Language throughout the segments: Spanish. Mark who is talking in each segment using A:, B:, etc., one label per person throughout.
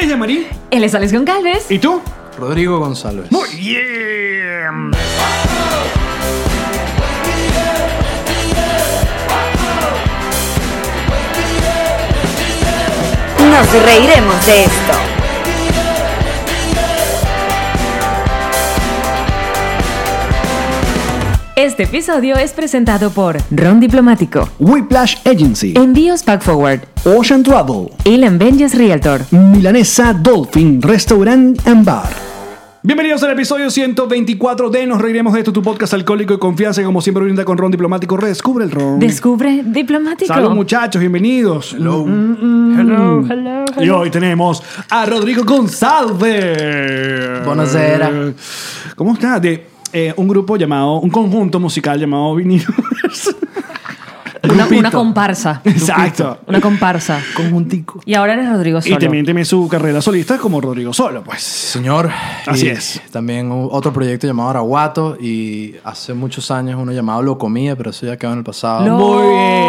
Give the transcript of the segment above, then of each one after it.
A: Nadia Marí.
B: Él es Alexión Calves.
A: ¿Y tú?
C: Rodrigo González.
A: Muy bien.
D: Nos reiremos de esto.
B: Este episodio es presentado por Ron Diplomático,
E: Whiplash Agency,
B: Envíos Pack Forward,
E: Ocean Travel,
B: Ilan Benjes Realtor.
E: Milanesa Dolphin Restaurant and Bar.
A: Bienvenidos al episodio 124 de Nos Reiremos de esto, tu podcast alcohólico y confianza, que como siempre brinda con Ron Diplomático. Redescubre el Ron.
B: Descubre Diplomático.
A: Salud muchachos, bienvenidos. Hello.
B: Hello, hello,
A: Y hoy tenemos a Rodrigo González.
C: Buonasera.
A: ¿Cómo está? De eh, un grupo llamado, un conjunto musical llamado Vinilos.
B: Una, una comparsa.
A: Exacto.
B: Una comparsa.
C: Conjuntico.
B: Y ahora eres Rodrigo
A: Y
B: Solo.
A: también tiene su carrera solista como Rodrigo Solo, pues.
C: Señor.
A: Así
C: Y
A: es.
C: También u- otro proyecto llamado Araguato y hace muchos años uno llamado Locomía, pero eso ya quedó en el pasado.
A: Muy bien.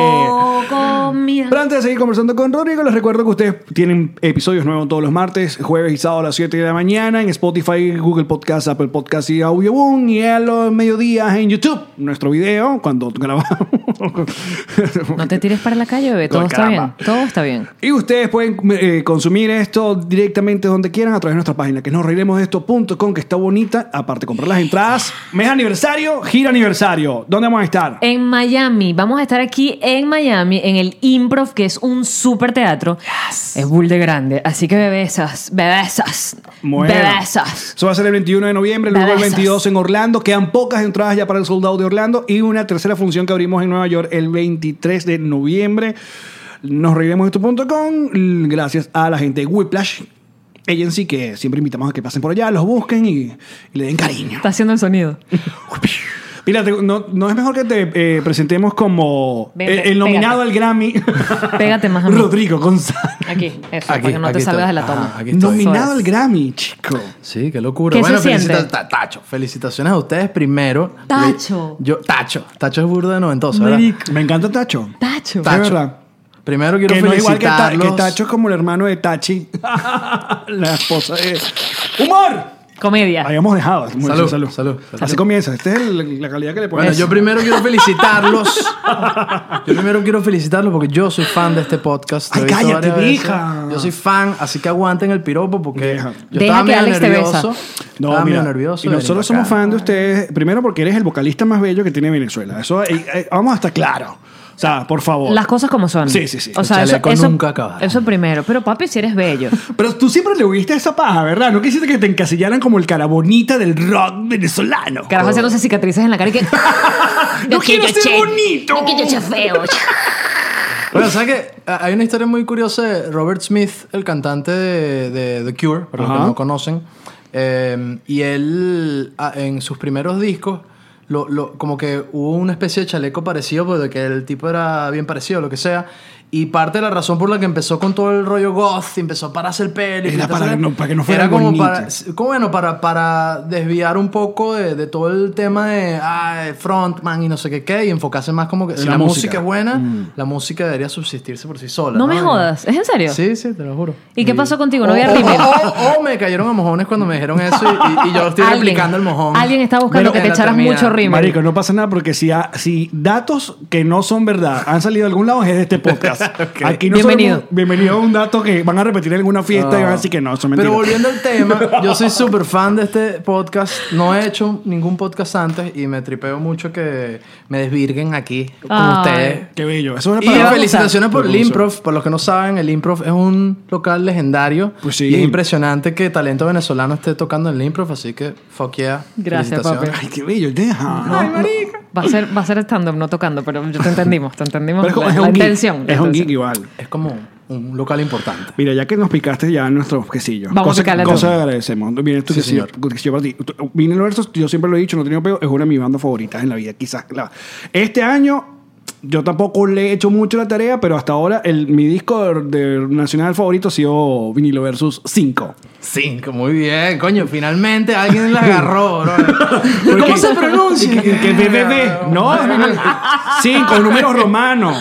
B: bien.
A: Pero antes de seguir conversando con Rodrigo, les recuerdo que ustedes tienen episodios nuevos todos los martes, jueves y sábado a las 7 de la mañana en Spotify, Google Podcast, Apple Podcast y Audioboom. Y a los mediodías en YouTube, nuestro video, cuando grabamos.
B: No te tires para la calle, bebé. Todo
A: Con
B: está bien.
A: calma.
B: Todo está bien.
A: Y ustedes pueden eh, consumir esto directamente donde quieran a través de nuestra página, que es nosreiremosdeesto.com, que está bonita. Aparte, comprar las entradas. Mes aniversario, gira aniversario. ¿Dónde vamos a estar?
B: En Miami, vamos a estar aquí en Miami, en el Improv, que es un super teatro. Es bull de grande. Así que bebesas, bebesas,
A: Bueno.
B: bebesas.
A: Eso va a ser el 21 de noviembre, luego el
B: Babazas.
A: 22 en Orlando. Quedan pocas entradas ya para el soldado de Orlando y una tercera función que abrimos en Nueva York el 23 de noviembre. Nos reiremos de esto.com gracias a la gente de Whiplash Agency que siempre invitamos a que pasen por allá, los busquen y, y le den cariño.
B: Está haciendo el sonido.
A: Mira, te- no, no es mejor que te eh, presentemos como
B: Ven,
A: el,
B: ven,
A: el nominado
B: pégate.
A: al Grammy,
B: Pégate más a mí.
A: Rodrigo González.
B: Aquí, eso,
C: Aquí,
B: para que no
C: aquí
B: te salgas
C: estoy.
B: de la toma.
C: Ajá, aquí estoy.
A: Nominado
B: Eso es.
A: al Grammy, chico.
C: Sí, qué locura.
B: ¿Qué
C: bueno,
B: se siente?
C: felicita- ta- Tacho, felicitaciones a ustedes primero.
B: Tacho.
C: Le- Yo, Tacho. Tacho es burda de noventoso, ¿verdad?
A: Marico. Me encanta Tacho.
B: Tacho.
A: Ta-
C: Tacho.
A: Es verdad.
C: Primero quiero
A: que no es igual que, Ta-
C: felicitarlos.
A: que Tacho es como el hermano de Tachi. la esposa de... ¡Humor!
B: Comedia.
A: Habíamos dejado. Muy
C: Salud,
A: bien,
C: salud, salud.
A: Así comienza. Esta es el- la calidad que le
C: Bueno,
A: pones.
C: yo primero quiero felicitarlos. Yo primero quiero felicitarlos porque yo soy fan de este podcast.
A: Ay,
C: Lo he visto
A: cállate,
C: varias veces.
A: vieja.
C: Yo soy fan, así que aguanten el piropo porque
A: Vieja.
C: yo
B: Deja
C: estaba
B: que
C: medio
B: Alex te
C: nervioso.
A: No,
C: estaba medio
A: mira,
C: Ah, nervioso.
A: y
C: de
A: nosotros
C: venir
A: somos
C: acá.
A: fan de ustedes, primero porque eres el vocalista más bello que tiene Venezuela. Eso, eh, eh, vamos a estar claro. O sea, por favor.
B: Las cosas como son.
A: Sí, sí, sí.
B: O sea,
C: El
B: eso,
C: chaleco
B: eso-
C: nunca acabará.
B: eso primero. Pero papi, si eres bello.
A: Pero tú siempre le huiste a esa paja, ¿verdad? No quisiste que te encasillaran como el carabonita del rock venezolano.
B: Carajo haciéndose cicatrices en la cara y que.
A: No
B: Yo
A: quiero ser
B: che-
A: bonito.
B: Yo quiero ser feo.
C: Bueno, ¿sabes qué? Ah, Hay una historia muy curiosa de Robert Smith, el cantante de, de The Cure, para los
A: Ajá.
C: que no conocen. Eh, y él, ah, en sus primeros discos, lo- lo- como que hubo una especie de chaleco parecido, porque que el tipo era bien parecido, lo que sea. Y parte de la razón por la que empezó con todo el rollo goth, y empezó a pararse el pelo. y
A: Era para
C: empezó a-
A: que no- para que no fuera
C: Era como
A: bonito.
C: para, como bueno, para, para desviar un poco de, de todo el tema de ah, frontman y no sé qué qué, y enfocarse más como que si
A: la
C: la,
A: música.
C: música es buena,
A: Mm.
C: la música debería subsistirse por sí sola.
B: No me jodas. ¿Es en serio?
C: Sí, sí, te lo juro. Oh,
B: ¿Y qué pasó contigo? No
C: O-
B: había
C: o-
B: rímel.
C: O, o me cayeron a mojones cuando me dijeron eso y, y- y yo estoy
B: Alguien-
C: replicando el mojón.
B: Alguien está buscando que
C: en
B: te
C: la
B: echaras
C: eternidad.
B: mucho rímel.
A: Marico, no pasa nada porque si, ha- si datos que no son verdad han salido de algún lado es de este podcast. Aquí no
B: Bienvenido.
A: somos- bienvenido a un dato que van a repetir en alguna fiesta y van a decir que no, eso es mentira.
C: Pero volviendo al tema, yo soy súper fan de este podcast. No he hecho ningún podcast antes y me tripeo mucho que me desvirguen aquí con
B: Ay.
C: ustedes.
A: Qué bello. Eso es
C: Y
A: una palabra-
C: felicitaciones por el
A: Producción.
C: Improv. Por los que no saben, el Improv es un local legendario.
A: Pues sí.
C: Y es impresionante que talento venezolano esté tocando en el Improv. Así que, fuck yeah.
B: Gracias,
C: Felicitaciones.
B: papi.
A: Ay, qué bello. Deja.
B: Va a ser, va a ser stand-up, no tocando, pero yo te entendimos, te entendimos.
A: Pero es, como-
B: la,
A: es
B: la
A: un geek.
B: intención. la
A: Es un
B: intención.
A: geek igual.
C: Es como un local importante.
A: Mira, ya que nos picaste ya nuestros quesillos.
B: Vamos a
A: cosa,
B: picarle a
A: cosa
B: todo.
A: que agradecemos. Mira, esto
C: Sí,
A: quesillo, quesillo para ti. Vinyl Versus, yo siempre lo he dicho, no he tenido peo, es una de mis bandas favoritas en la vida. Quizás la- Este año yo tampoco le he hecho mucho la tarea, pero hasta ahora el, mi disco de, de nacional favorito ha sido Vinilo Versus 5.
C: Cinco, muy bien. Coño, finalmente alguien la agarró, bro.
A: Porque-
C: ¿Cómo se pronuncia?
A: Que, que BBB. No, 5, números romanos.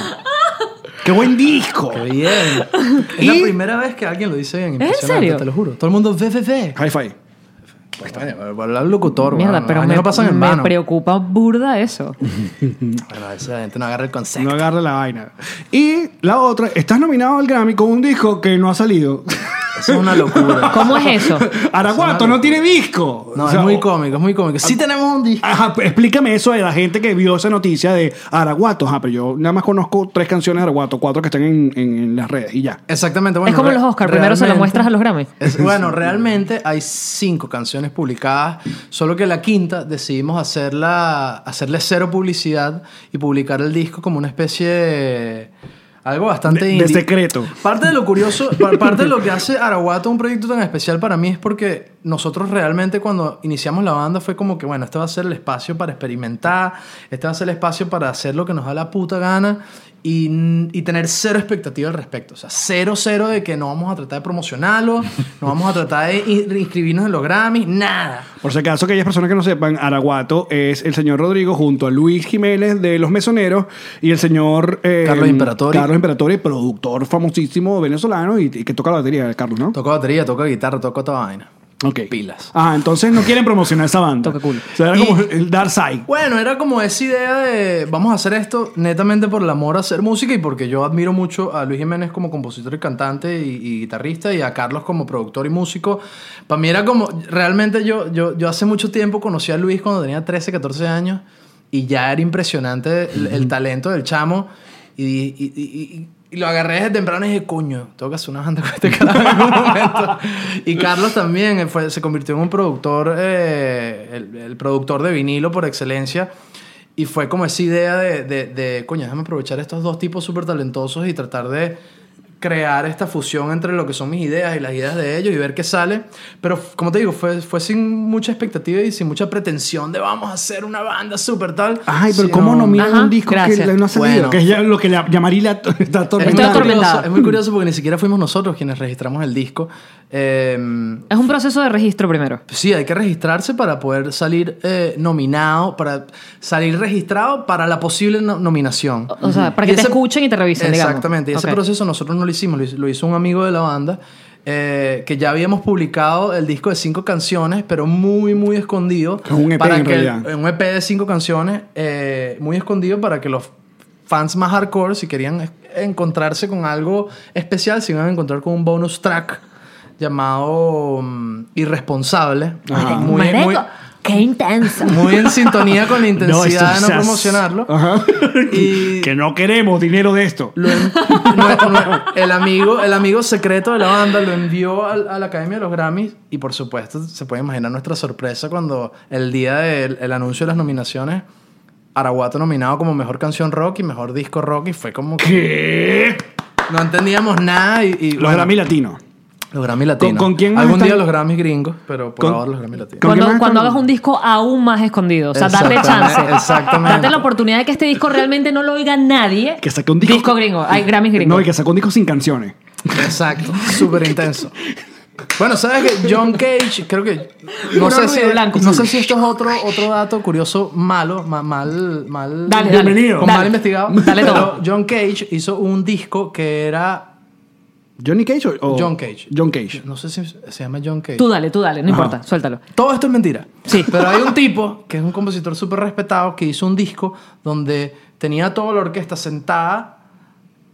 A: ¡Qué buen disco!
C: ¡Qué bien! Es
A: Y-
C: la primera vez que alguien lo dice bien.
B: en
C: Impresionante,
B: serio?
C: Te lo juro. Todo el mundo ve, ve, ve.
A: Hi-Fi.
C: Hablar locutor,
B: Mierda,
C: mano.
B: pero
C: Años
B: me,
C: no pasan en
B: me
C: vano.
B: preocupa burda eso.
C: Verdad, Esa gente no agarra el concepto.
A: No agarra la vaina. Y la otra, estás nominado al Grammy con un disco que no ha salido.
C: Eso es una locura.
B: ¿Cómo es eso?
A: Araguato no tiene disco.
C: No,
A: O sea,
C: es muy
A: o-
C: cómico, es muy cómico. Ah, Sí tenemos un disco.
A: Ajá, p- explícame eso de la gente que vio esa noticia de Araguato. Ajá, pero yo nada más conozco tres canciones de Araguato, cuatro que están en, en- en las redes y ya.
C: Exactamente. Bueno,
B: es como
C: re-
B: los Oscar, primero se lo
C: realmente-
B: muestras a los Grammys.
C: Es- bueno, realmente hay cinco canciones publicadas, solo que la quinta decidimos hacerla, hacerle cero publicidad y publicar el disco como una especie de- algo bastante
A: De- este de
C: indie.
A: secreto.
C: Parte de lo curioso, par- parte de lo que hace Araguato un proyecto tan especial para mí es porque nosotros realmente cuando iniciamos la banda fue como que, bueno, este va a ser el espacio para experimentar, este va a ser el espacio para hacer lo que nos da la puta gana y, y tener cero expectativa al respecto. O sea, cero, cero de que no vamos a tratar de promocionarlo, no vamos a tratar de in- inscribirnos en los Grammys, nada.
A: Por si acaso, aquellas personas que no sepan, Araguato es el señor Rodrigo junto a Luis Jiménez de Los Mesoneros y el señor eh,
C: Carlos Imperatori.
A: Carlos Imperatori, productor famosísimo venezolano y, y que toca la batería, Carlos, ¿no?
C: Toco batería, toco guitarra, toco toda vaina.
A: Ok.
C: Pilas.
A: Ah, entonces no quieren promocionar esa banda.
B: Toca cool.
A: O sea, era
C: Y-
A: como el Dark Side.
C: Bueno, era como esa idea de vamos a hacer esto netamente por el amor a hacer música y porque yo admiro mucho a Luis Jiménez como compositor y cantante y, y guitarrista y a Carlos como productor y músico. Para mí era como, realmente yo, yo, yo hace mucho tiempo conocí a Luis cuando tenía 13, 14 años y ya era impresionante el, el talento del chamo y, y- y- y- y lo agarré desde temprano y dije, coño, tengo que hacer una banda con este carajo en algún momento. Y Carlos también eh, fue- se convirtió en un productor, eh, el, el productor de vinilo por excelencia. Y fue como esa idea de, de, de, coño, déjame aprovechar estos dos tipos súper talentosos y tratar de crear esta fusión entre lo que son mis ideas y las ideas de ellos y ver qué sale. Pero como te digo, fue, fue sin mucha expectativa y sin mucha pretensión de vamos a hacer una banda súper tal.
A: Ay, pero
C: sino-
A: ¿cómo nominan
B: Ajá,
A: un disco
B: gracias.
A: que no ha salido?
C: Bueno.
A: Que es ya lo que la llamaría la está
C: Es
A: tormentada.
C: muy,
B: Estaba
C: curioso,
B: atormentada.
C: es muy curioso porque ni siquiera fuimos nosotros quienes registramos el disco. Eh,
B: Es un proceso de registro primero.
C: sí, hay que registrarse para poder salir eh, nominado, para salir registrado para la posible no- nominación.
B: O- o sea, para que
C: Y
B: te escuchen y te revisen, digamos.
C: Exactamente. Y
B: Ok.
C: ese proceso nosotros no lo hicimos, lo hizo, lo hizo un amigo de la banda. eh, que ya habíamos publicado el disco de cinco canciones, pero muy, muy escondido.
A: Que es un EP
C: para
A: en
C: que el-
A: realidad.
C: un EP de cinco canciones, eh, muy escondido para que los fans más hardcore, si querían es- encontrarse con algo especial, se iban a encontrar con un bonus track llamado mm, Irresponsable.
A: Ajá.
C: Muy,
B: Marico,
C: muy,
B: qué intenso.
C: muy en sintonía con
A: No,
C: la
A: esto
C: intensidad de no
A: se hace-
C: promocionarlo.
A: Ajá.
C: Y-
A: Que no queremos dinero de esto.
C: Lo en- nuestro- nue- el, amigo, el amigo secreto de la banda lo envió al- a, la Academia de los Grammys y por supuesto se puede imaginar nuestra sorpresa cuando el día del el anuncio de las nominaciones, Araguato nominado como mejor canción rock y mejor disco rock y fue como que
A: ¿Qué?
C: no entendíamos nada y... y,
A: Los
C: bueno,
A: Grammy Latinos.
C: Los Grammy latinos.
A: ¿Con- con quién más
C: Algún día
A: están?
C: los Grammys gringos, pero por
A: ¿Con-
C: ahora los Grammy latinos.
A: ¿Con qué más
B: Cuando, cuando
A: estamos?
B: hagas un disco aún más escondido. O sea, date
C: Exactamente,
B: chance.
C: exactamente.
B: Date la oportunidad de que este disco realmente no lo oiga nadie.
A: Que saque un disco.
B: Disco gringo. Hay Grammys gringo.
A: No, y que sacó un disco sin canciones.
C: Exacto, súper intenso. Bueno, sabes que John Cage, creo que
B: Puro
C: no sé si
B: ruido blanco.
C: no sé si esto es otro otro dato curioso malo, ma- mal mal
B: Dale, dale.
A: Bienvenido.
C: con
B: Dale.
C: mal investigado.
B: Dale
C: pero
B: todo.
C: John Cage hizo un disco que era
A: ¿Johnny Cage o, o-
C: John Cage.
A: Oh, John Cage.
C: no sé si se llama John Cage.
B: Tú dale, tú dale. No importa. Suéltalo.
C: Todo esto es mentira.
B: Sí.
C: Pero hay un tipo que es un compositor súper respetado que hizo un disco donde tenía toda la orquesta sentada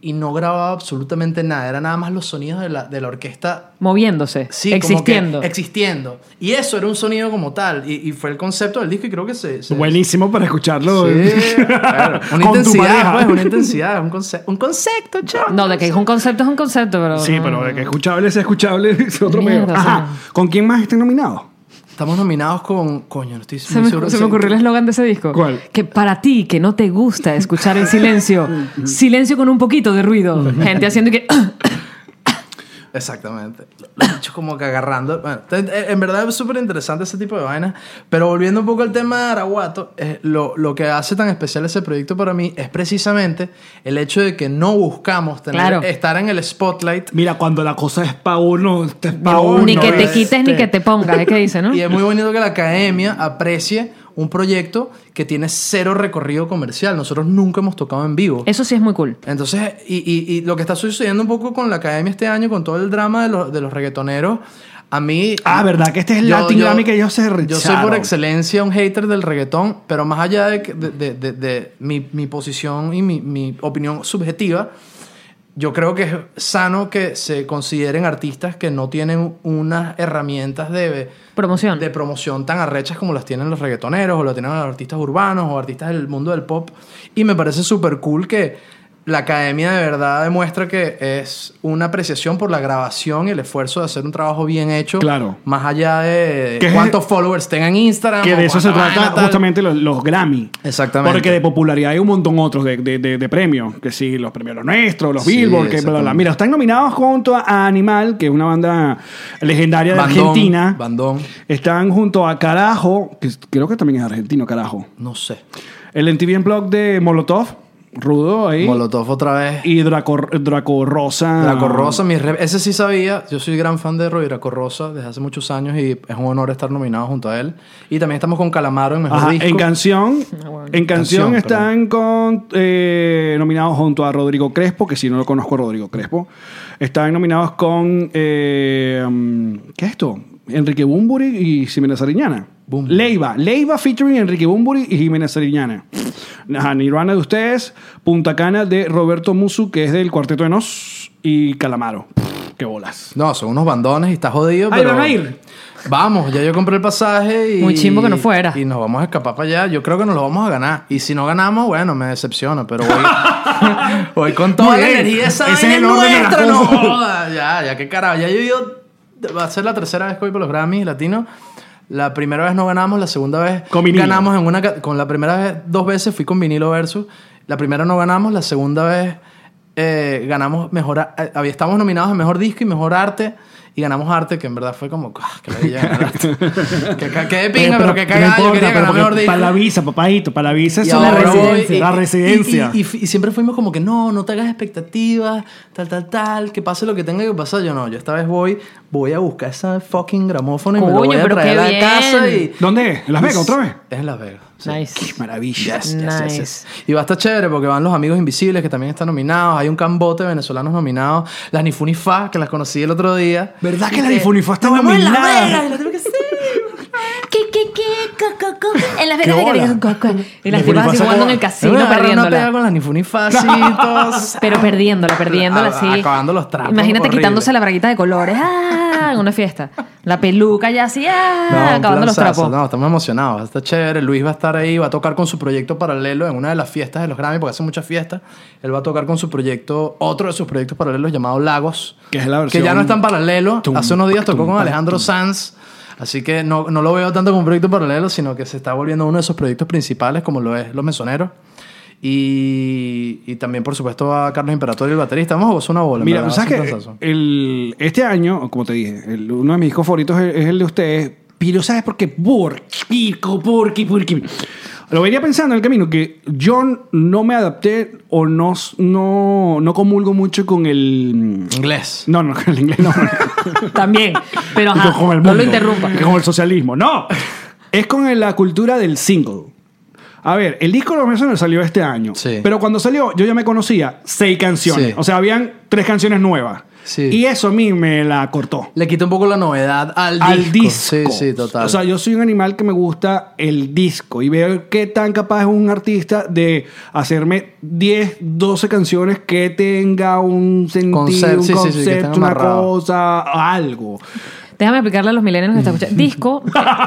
C: y no grababa absolutamente nada. Era nada más los sonidos de la, de la orquesta
B: Moviéndose.
C: Sí, como que
B: existiendo.
C: existiendo. Y eso era un sonido como tal. Y, y fue el concepto del disco y creo que se... se-
A: Buenísimo para escucharlo.
C: Sí, claro. Una
A: Con tu
C: intensidad,
A: pareja.
C: pues, una intensidad, un, conce- un concepto, chaval.
B: no, de que es un concepto, es un concepto, pero.
A: Sí,
B: no.
A: pero de que escuchable sea escuchable es otro
B: Ah. Mierda,
A: peor. Ajá. ¿Con quién más están nominados?
C: Estamos nominados con... Coño, no estoy
B: Se
C: muy
B: me,
C: seguro.
B: se me ocurrió el eslogan de ese disco.
A: ¿Cuál?
B: Que para ti, que no te gusta escuchar el silencio, silencio con un poquito de ruido. Gente haciendo que.
C: Exactamente. Lo he dicho como que agarrando. Bueno, te- eh, en verdad es súper interesante ese tipo de vainas. Pero volviendo un poco al tema de Araguato, eh, lo, lo que hace tan especial ese proyecto para mí es precisamente el hecho de que no buscamos tener,
B: Claro.
C: estar en el spotlight
A: Mira, cuando la cosa es pa' uno, este es pa'
C: Ni-
A: uno.
B: ni que te
A: este.
B: ¿Mm? quites ni que te pongas. Es que dice, ¿no?
C: Y es muy bonito que la academia aprecie un proyecto que tiene cero recorrido comercial. Nosotros nunca hemos tocado en vivo.
B: Eso sí es muy cool.
C: Entonces, y, y- y lo que está sucediendo un poco con la academia este año, con todo el drama de, los- de los reggaetoneros, a mí.
A: Ah, ¿verdad? Que este es el Latin Grammy que ellos se
C: Yo soy por
A: rechazaron.
C: excelencia un hater del reggaetón, pero más allá de, que- de- de- de- de mi, mi posición y mi, mi opinión subjetiva, yo creo que es sano que se consideren artistas que no tienen unas herramientas de,
B: Promoción.
C: de promoción tan arrechas como las tienen los reggaetoneros o lo tienen los artistas urbanos o artistas del mundo del pop. Y me parece súper cool que la academia de verdad demuestra que es una apreciación por la grabación y el esfuerzo de hacer un trabajo bien hecho.
A: Claro.
C: Más allá de
A: Que es-
C: cuántos followers tengan en Instagram.
A: Que
C: o
A: de eso se
C: cuánta vaina,
A: trata
C: tal.
A: justamente los, los Grammy.
C: Exactamente.
A: Porque de popularidad hay un montón otros de, de- de- de premios. Que sí, los premios Lo nuestros, los
C: Sí,
A: Billboard, que bla, bla, bla.
C: exactamente.
A: Mira, están nominados junto a Animal, que es una banda legendaria de
C: Bandón,
A: Argentina.
C: Bandón.
A: Están junto a Carajo, que es- creo que también es argentino, Carajo.
C: No sé.
A: El MTV en blog de Molotov, rudo ahí.
C: Molotov otra vez.
A: Y Draco, Draco Rosa.
C: Draco Rosa, mi re- ese sí sabía. Yo soy gran fan de Roy Draco Rosa desde hace muchos años y es un honor estar nominado junto a él. Y también estamos con Calamaro en Mejor
A: Ajá,
C: Disco.
A: en canción, en canción
C: Canción,
A: están con eh, nominados junto a Rodrigo Crespo, que si no lo conozco a Rodrigo Crespo, están nominados con eh, um, ¿qué es esto? Enrique Bumburi y Jiménez Sariñana.
C: Bumburi.
A: Leiva, Leiva featuring Enrique Bumburi y Jiménez Sariñana. Ajá, Nirvana de ustedes, Punta Cana de Roberto Musu, que es del Cuarteto de Nos, y Calamaro. Pff, ¡Qué bolas!
C: No, son unos bandones y está jodido.
A: Ahí
C: pero-
A: van a ir.
C: Vamos, ya yo compré el pasaje y.
B: Muy chimbo que no fuera.
C: Y nos vamos a escapar para allá. Yo creo que nos lo vamos a ganar. Y si no ganamos, bueno, me decepciona, pero voy. voy con toda
A: Muy
C: la
A: bien.
C: energía de esa
A: Ese es
C: vaina
A: el
C: es
A: orden de las
C: nuestra, no
A: cosas.
C: joda. Ya, ya, qué carajo. Ya yo, yo. Va a ser la tercera vez que voy por los Grammys latinos. La primera vez no ganamos, la segunda vez
A: Con vinilo.
C: ganamos en una. ca- Con la primera vez, dos veces fui con vinilo versus. La primera no ganamos, la segunda vez eh, ganamos mejor. a- eh, había- Estábamos nominados a mejor disco y mejor arte. Y ganamos arte, que en verdad fue como. "Ah, ¡Qué ladilla ganar arte". que, ca- que de pinga, pero, que cagada. yo quería ganar mejor disco.
A: Para la visa, papadito, para la visa
C: Y
A: es la
C: ahora voy,
A: residencia.
C: y-
A: la
C: y-
A: residencia.
C: Y, y- y siempre fuimos como que no, no te hagas expectativas, tal, tal, tal, que pase lo que tenga que pasar. Yo no, yo esta vez voy, voy a buscar esa fucking gramófono y me lo
B: Coño,
C: voy a
B: pero
C: traer
B: qué
C: a
B: bien.
C: casa y.
A: ¿Dónde es? ¿En Las Vegas otra vez?
C: Es en Las Vegas. sí.
B: Nice.
A: Maravillas.
C: Yes, yes, yes,
B: Nice.
C: yes. Y va a estar chévere porque van los amigos invisibles que también están nominados. Hay un cambote de venezolanos nominados. Las Nifunifa, que las conocí el otro día.
A: ¿Verdad que
C: Y
A: la Nifunifa está
C: "Nos vemos en Las
A: nominada"?
C: Vegas. Y lo tengo que hacer.
B: ¿Qué, qué, qué? Co, co, co. En las
A: ¿Qué
B: Vegas de
A: bola?
B: Caracas, co, co. Y
A: Nifunifa
B: las tipas así
A: sacó-
B: jugando en el casino,
C: Me voy a agarrar una
B: perdiéndola.
C: pega con las Nifunifa, así, todos.
B: Pero perdiéndola, perdiéndola,
C: A-
B: sí.
C: acabando los trapos,
B: Imagínate
C: horrible.
B: quitándose la braguita de colores. ¡Ah! En una fiesta. La peluca ya así. ¡Ah!
C: No, un
B: acabando los
C: planazo.
B: trapos.
C: No, estamos emocionados. Está chévere. Luis va a estar ahí, va a tocar con su proyecto paralelo en una de las fiestas de los Grammy, porque hace muchas fiestas. Él va a tocar con su proyecto, otro de sus proyectos paralelos llamado Lagos.
A: Que es la versión-
C: Que ya no es tan paralelo.
A: Tum,
C: hace unos días tocó
A: tum,
C: con
A: pam,
C: Alejandro Sanz. Así que no, no lo veo tanto como un proyecto paralelo, sino que se está volviendo uno de sus proyectos principales, como lo es Los Mesoneros. Y, y también, por supuesto, a Carlos Imperatorio, el baterista. Vamos a gozar una bola. en
A: Mira,
C: verdad,
A: ¿sabes
C: va a ser
A: qué?
C: un planazo.
A: El, este año, como te dije, el- uno de mis discos favoritos es, es el de ustedes. Pero ¿sabes por qué? Por pico, por qué, por qué. Lo venía pensando en el camino, que yo no me adapté o no, no, no comulgo mucho con el...
C: Inglés.
A: No, no, con el inglés no.
B: También. Pero ajá,
A: Con- con el
B: no lo
A: mundo.
B: interrumpa.
A: Con el socialismo. No. Es con el- la cultura del single. A ver, el disco de los Mesoneros salió este año.
C: Sí.
A: Pero cuando salió, yo ya me conocía seis canciones.
C: Sí.
A: O sea, habían tres canciones nuevas.
C: Sí.
A: Y eso a mí me la cortó.
C: Le quita un poco la novedad al,
A: Al disco.
C: Sí, sí, total.
A: O sea, yo soy un animal que me gusta el disco y veo qué tan capaz es un artista de hacerme 10, 12 canciones que tenga un sentido,
C: Concept,
A: un
C: sí, sí, sí, que estén
A: concepto, una
C: amarrados.
A: cosa, algo.
B: Déjame explicarle a los millennials que están escuchando. Disco.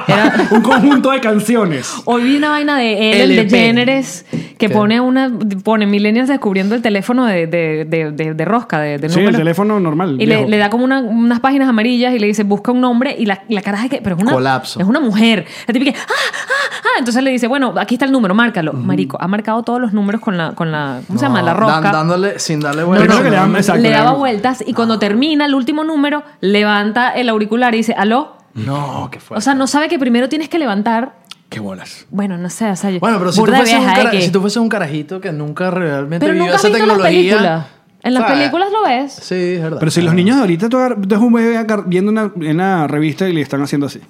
B: Era,
A: un conjunto de canciones.
B: Hoy vi una vaina de Ellen
C: LP.
B: DeGeneres que
C: ¿Qué?
B: pone una pone millennials descubriendo el teléfono de, de, de, de- de rosca, de, de
A: Sí, el
B: número.
A: teléfono normal.
B: Y le,
A: viejo.
B: le da como una- unas páginas amarillas y le dice, busca un nombre y la, la caraja que... Pero es una...
C: Colapso.
B: Es una mujer. La típica, ah, ah, ah. Entonces le dice, bueno, aquí está el número, márcalo. Marico, ha marcado todos los números con la... Con la ¿Cómo se
C: No,
B: llama? La rosca.
C: dan- dándole, sin darle
B: No,
C: vueltas.
A: Primero
B: no,
A: que le dan-
B: no.
A: exacto,
B: le
A: le
B: daba
A: dan-
B: vueltas y
C: Ah.
B: cuando termina el último número, levanta el auricular y dice, aló.
C: No, qué fuerte.
B: O sea, no sabe que primero tienes que levantar.
A: Qué bolas.
B: Bueno, no sé, o sea, yo-
C: bueno, pero si tú,
B: burda de
C: fueses un
B: vieja, ¿eh?
C: cara-
B: que-
C: si tú fueses un carajito que nunca realmente
B: Pero
C: vivió
B: nunca has
C: esa
B: visto las
C: tecnología.
B: películas. En las
C: ¿sabes?
B: películas lo ves.
C: Sí, es verdad.
A: Pero si los niños de ahorita, tú agar- tú dejas un bebé agar- viendo una, en la revista y le están haciendo así.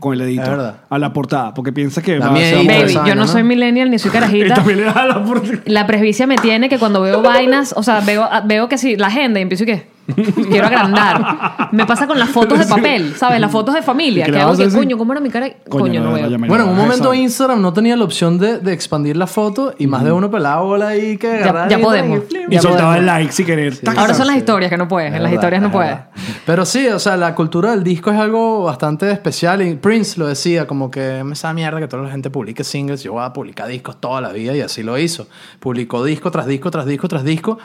A: con el dedito
C: Es verdad.
A: a la portada, porque piensa que
C: La
A: ser
C: mía ahí,
A: un-
B: Baby,
C: Interesante,
B: yo no,
C: ¿no?
B: soy millennial ni soy
A: y
B: carajita.
A: también le da la portada.
B: La presbicia me tiene que cuando veo vainas, o sea, veo, ah, veo que sí, la agenda y empiezo y qué. Quiero agrandar. Me pasa con las fotos de papel, ¿sabes? Las fotos de familia.
A: ¿Y qué
B: Que,
A: le
B: hago
A: vas a
B: que,
A: decir?
B: coño, ¿cómo era mi cara? Coño, no,
A: la- la
B: veo.
A: llamé.
C: Bueno, en un
A: Eso.
C: momento Instagram no tenía la opción de, de expandir la foto y más de uno pelaba bola ahí que agarrar
B: ya
C: y-
B: podemos.
C: flip.
A: Y soltaba el like si querer. Tac,
B: Ahora son las
C: Sí.
B: historias que no puedes. En las
C: Es
B: historias no
C: verdad, es
B: puedes.
C: verdad. Pero sí, o sea, la cultura del disco es algo bastante especial. Y Prince lo decía, como que "Me esa mierda que toda la gente publique singles, yo voy a publicar discos toda la vida y así lo hizo. Publicó disco tras disco, tras disco, tras disco.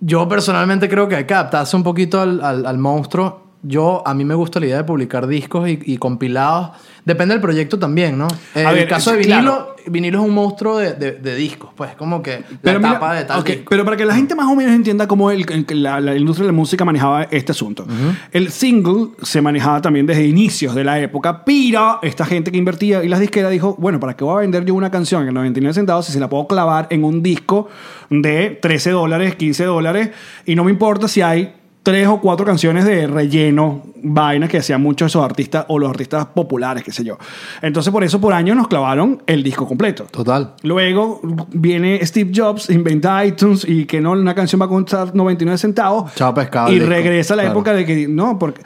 C: Yo personalmente creo que hay que adaptarse un poquito al, al- al monstruo. Yo, a mí me gusta la idea de publicar discos y, y compilados. Depende del proyecto también, ¿no? En el
A: ver,
C: caso de
A: es-
C: vinilo, vinilo es un monstruo de, de- de discos, pues, como que
A: Pero,
C: la
A: mira,
C: tapa de tal
A: ok,
C: disco.
A: pero para que la gente más o menos entienda cómo el- el- la, la industria de la música manejaba este asunto. El single se manejaba también desde inicios de la época, pero esta gente que invertía y las disqueras dijo, bueno, ¿para qué voy a vender yo una canción en 99 centavos si se la puedo clavar en un disco de 13 dólares, 15 dólares? Y no me importa si hay tres o cuatro canciones de relleno, vainas que hacían muchos esos artistas o los artistas populares, qué sé yo. Entonces por eso por año nos clavaron el disco completo.
C: Total.
A: Luego viene Steve Jobs, inventa iTunes y que no, una canción va a costar 99 centavos.
C: Chao, pescado,
A: Y
C: disco.
A: regresa la
C: Claro.
A: época de que no, porque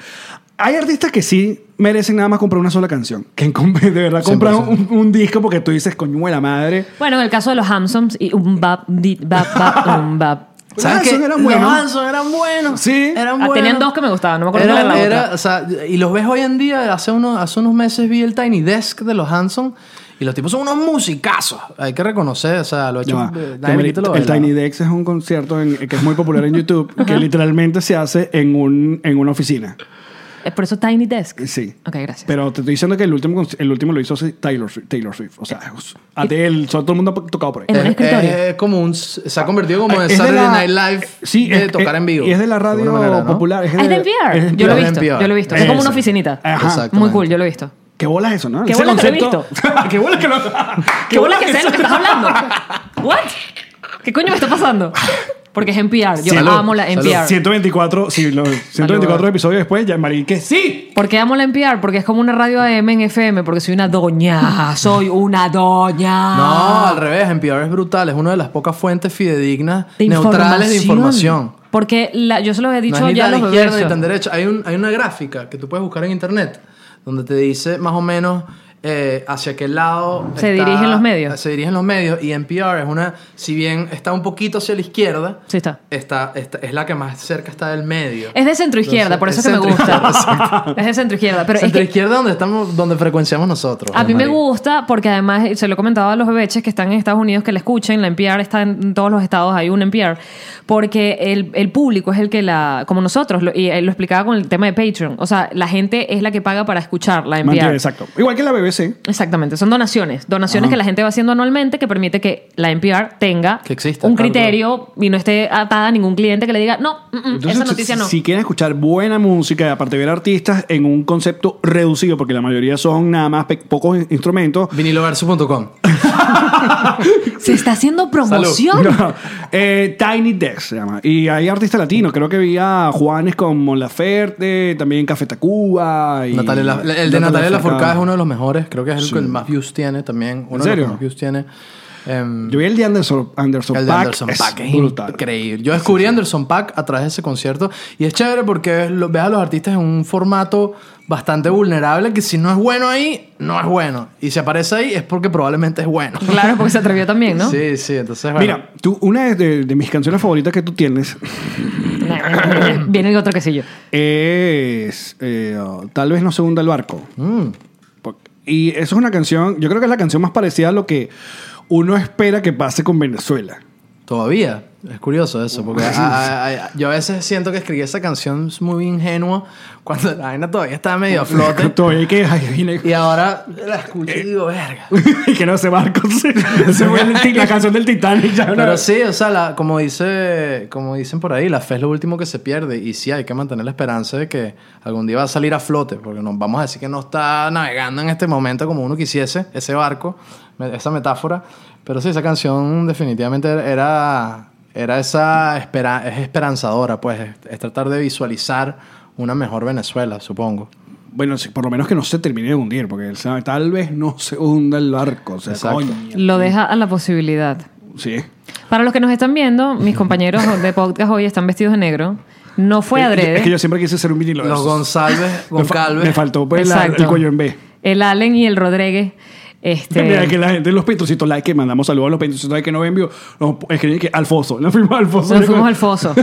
A: hay artistas que sí merecen nada más comprar una sola canción. Que com- de verdad compran
C: 100%.
A: un, un disco porque tú dices, coño de la madre.
B: Bueno, en el caso de los Hamsons y un bap, di, bap, bap, un bap.
A: ¿Sabes
C: ¿Sabes
A: qué?
C: qué?
A: Eran buenos.
C: Los Hanson eran buenos.
A: Sí.
C: Eran
B: Ah,
C: buenos.
B: tenían dos que me gustaban, no me acuerdo
C: Era-
B: cuál era la
C: era- o sea, y los ves hoy en día, hace unos, hace unos meses vi el Tiny Desk de los Hanson y los tipos son unos musicazos. Hay que reconocer, o sea, lo ha
A: Ya
C: hecho...
A: va.
C: eh,
A: Que
C: nadie le
A: mira,
C: quita lo
A: el
C: bailado.
A: Tiny Dex es un concierto en- que es muy popular en YouTube que literalmente se hace en, un, en una oficina.
B: Es Eh, por eso Tiny Desk.
A: Sí.
B: Ok, gracias.
A: Pero te estoy diciendo que el último, conci- el último lo hizo Taylor, Swi- Taylor Swift. O sea, es- Adele, todo el mundo ha tocado por ahí.
B: en un
C: Es-
B: escritorio.
C: Eh, es como un... Se ha convertido como en
A: Ah, Es de
C: Saturday
A: la-
C: Night Live
A: Sí,
C: de
A: es-
C: tocar
A: es-
C: en vivo.
A: Y es de la radio
C: alguna manera, ¿no?
A: popular. Es,
B: Ah, es del PR.
A: es del
B: yo lo he
A: PR.
B: visto.
C: NPR.
B: Yo lo he visto. Es como
A: Eso.
B: una oficinita.
A: Ajá.
C: Exacto.
B: Muy cool, yo lo he visto.
A: ¿Qué bola es eso, no?
B: ¿Qué
A: Ese
B: bola que lo he
A: concepto- Ah, ¿Qué bola que lo
B: ¿Qué bola que sé
A: es
B: lo que
A: eso?
B: estás hablando? ¿What? ¿Qué coño me está pasando? Porque es NPR. Yo
C: Salud.
B: amo la
C: Salud.
B: NPR.
A: 124, sí, lo- 124 episodios después, ya Marí, que sí.
B: ¿Por qué amo la NPR? Porque es como una radio AM en FM, porque soy una doña. Soy una doña.
C: No, al revés. NPR es brutal. Es una de las pocas fuentes fidedignas,
B: De
C: neutrales de información.
B: Porque la- yo se los he dicho
C: no es ni
B: ya a
C: tan
B: los
C: izquierda ni
B: bebesos.
C: tan derecha. Hay, un, hay una gráfica que tú puedes buscar en internet donde te dice más o menos eh, hacia qué lado
B: Se dirigen los medios.
C: Se dirigen los medios y NPR es una, si bien está un poquito hacia la izquierda,
B: Sí está.
C: está, está- es la que más cerca está del medio.
B: Es de centro izquierda,
C: Entonces,
B: por eso
C: es
B: es que me
C: centroizquierda,
B: gusta. es de centro izquierda. Pero es
C: Centro
B: que
C: izquierda donde estamos, donde frecuenciamos nosotros.
B: A mí me
C: Marico.
B: gusta porque además eh, se lo he comentado a los bebeches que están en Estados Unidos que la escuchen, la NPR está en todos los estados, hay un NPR, porque el, el público es el que la, como nosotros, lo, y él lo explicaba con el tema de Patreon, o sea, la gente es la que paga para escuchar la NPR.
A: Mantiene, exacto. Igual que la BBC.
B: Exactamente, son donaciones, donaciones que la gente va haciendo anualmente que permite que la NPR tenga
C: Que exista,
B: un
C: claro,
B: criterio y no esté atada a ningún cliente que le diga, no, mm, mm,
A: Entonces,
B: esa noticia
A: si-
B: no.
A: Si quieren escuchar buena música y aparte ver artistas en un concepto reducido, porque la mayoría son nada más pe- pocos in- instrumentos,
C: Viniloverso.com.
B: Se está haciendo promoción.
A: No. Eh, Tiny Desk se llama. Y hay artistas latinos. Creo que había Juanes como Laferte, también Café Tacuba. Y
C: Natalia La- el de Natalia Lafourcade es uno de los mejores, creo que es el que el más views tiene también, uno de
A: serio?
C: los que más views tiene. Em,
A: Yo vi el de Anderson, Anderson
C: El de
A: Paak,
C: Anderson
A: es
C: Paak es
A: brutal.
C: increíble. Yo descubrí Anderson Paak a través de ese concierto y es chévere porque ves, lo- ves a los artistas en un formato bastante vulnerable que si no es bueno ahí, no es bueno. Y si aparece ahí es porque probablemente es bueno.
B: Claro, porque se atrevió también, ¿no?
C: Sí, sí, entonces bueno.
A: Mira, tú, una de- de, de mis canciones favoritas que tú tienes
B: Viene otro quesillo.
A: es eh, oh, Tal vez no se hunda el barco.
C: Mm,
A: Por- Y eso es una canción, yo creo que es la canción más parecida a lo que uno espera que pase con Venezuela.
C: todavía. Es curioso eso, porque a- a- a- yo a veces siento que escribí esa canción muy ingenua cuando la vaina todavía estaba medio a flote.
A: Todavía hay que, ay, vine-
C: Y ahora la escucho y digo, verga.
A: y que no se barco se, se fue el ti- la canción del Titanic ya una-
C: Ah, Pero sí, o sea, la- como, dice, como dicen por ahí, la fe es lo último que se pierde. Y sí, hay que mantener la esperanza de que algún día va a salir a flote. Porque nos vamos a decir que no está navegando en este momento como uno quisiese, ese barco, me- esa metáfora. Pero sí, esa canción definitivamente era, era esa espera, es esperanzadora, pues es, es tratar de visualizar una mejor Venezuela, supongo.
A: Bueno, sí, por lo menos que no se termine de hundir, porque o sea, tal vez no se hunda el barco. O sea,
C: Exacto.
A: coño.
B: Lo deja a la posibilidad.
A: Sí.
B: Para los que nos están viendo, mis compañeros de podcast hoy están vestidos de negro. No fue adrede.
A: Eh, Es que yo siempre quise ser un vinilo de
C: Los
A: esos.
C: González,
A: Me fa-
C: Goncalves.
A: Me faltó pues, la- el
B: Exacto.
A: cuello en B.
B: El Allen y el Rodríguez. Este,
A: Mira que la gente, los pentositos like, que mandamos saludos a los pentositos like que no envió, nos escriben que al foso. Nos fuimos al foso.
B: nos fuimos al foso.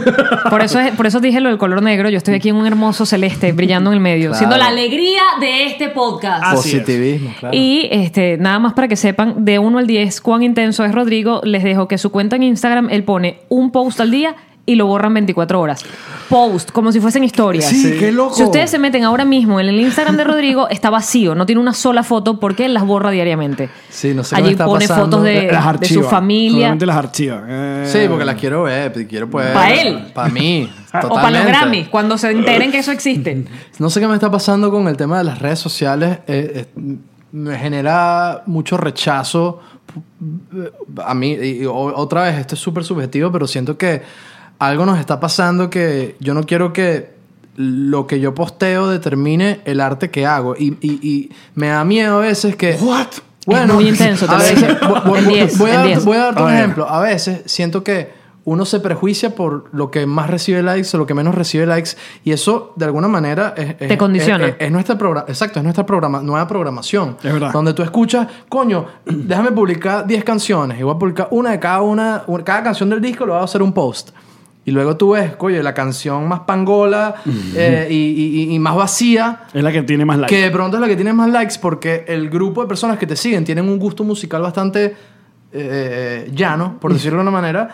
B: Por eso, es- por eso dije lo del color negro. Yo estoy aquí en un hermoso celeste, brillando en el medio,
C: Claro.
B: siendo la alegría de este podcast.
A: Así es.
C: Positivismo, claro.
B: Y este, nada más para que sepan, de 1 al 10, cuán intenso es Rodrigo, les dejo que su cuenta en Instagram, él pone un post al día y lo borran 24 horas. Post, como si fuesen historias.
A: Sí, qué loco.
B: Si ustedes se meten ahora mismo en el Instagram de Rodrigo, está vacío, no tiene una sola foto porque él las borra diariamente.
C: Sí, no sé qué
B: Allí
C: me está
B: pone
C: pasando.
B: fotos de,
A: las
B: de
A: archivas.
B: su familia.
A: Solamente las archivas. Eh,
C: Sí, porque las quiero ver, te quiero pues.
B: Pa' él.
C: Para mí.
B: O para los
C: totalmente.
B: Grammys, cuando se enteren que eso existe.
C: No sé qué me está pasando con el tema de las redes sociales. eh, eh, me genera mucho rechazo. eh, A mí, y- y o- otra vez, esto es súper subjetivo, pero siento que algo nos está pasando que yo no quiero que lo que yo posteo determine el arte que hago. Y, y- y me da miedo a veces que...
A: What?
B: Es muy intenso, te
C: a
B: lo
C: veces-
B: dije.
C: vo- vo-
B: El 10,
C: voy, a
B: el
C: darte-
B: 10.
C: voy a darte
A: A
C: un
A: ver.
C: ejemplo. A veces siento que uno se prejuicia por lo que más recibe likes o lo que menos recibe likes. Y eso, de alguna manera, es, es-
B: Te condiciona.
C: Es, es nuestra programa, exacto, es nuestra programa, nueva programación.
A: Es verdad.
C: Donde tú escuchas, coño, déjame publicar 10 canciones. Y voy a publicar una de cada una, un- cada canción del disco lo voy a hacer un post. Y luego tú ves, coño, la canción más pangola
A: Mm.
C: eh, y, y- y- y más vacía.
A: Es la que tiene más likes.
C: Que de pronto es la que tiene más likes porque el grupo de personas que te siguen tienen un gusto musical bastante eh, llano,
A: Mm.
C: por decirlo de una manera.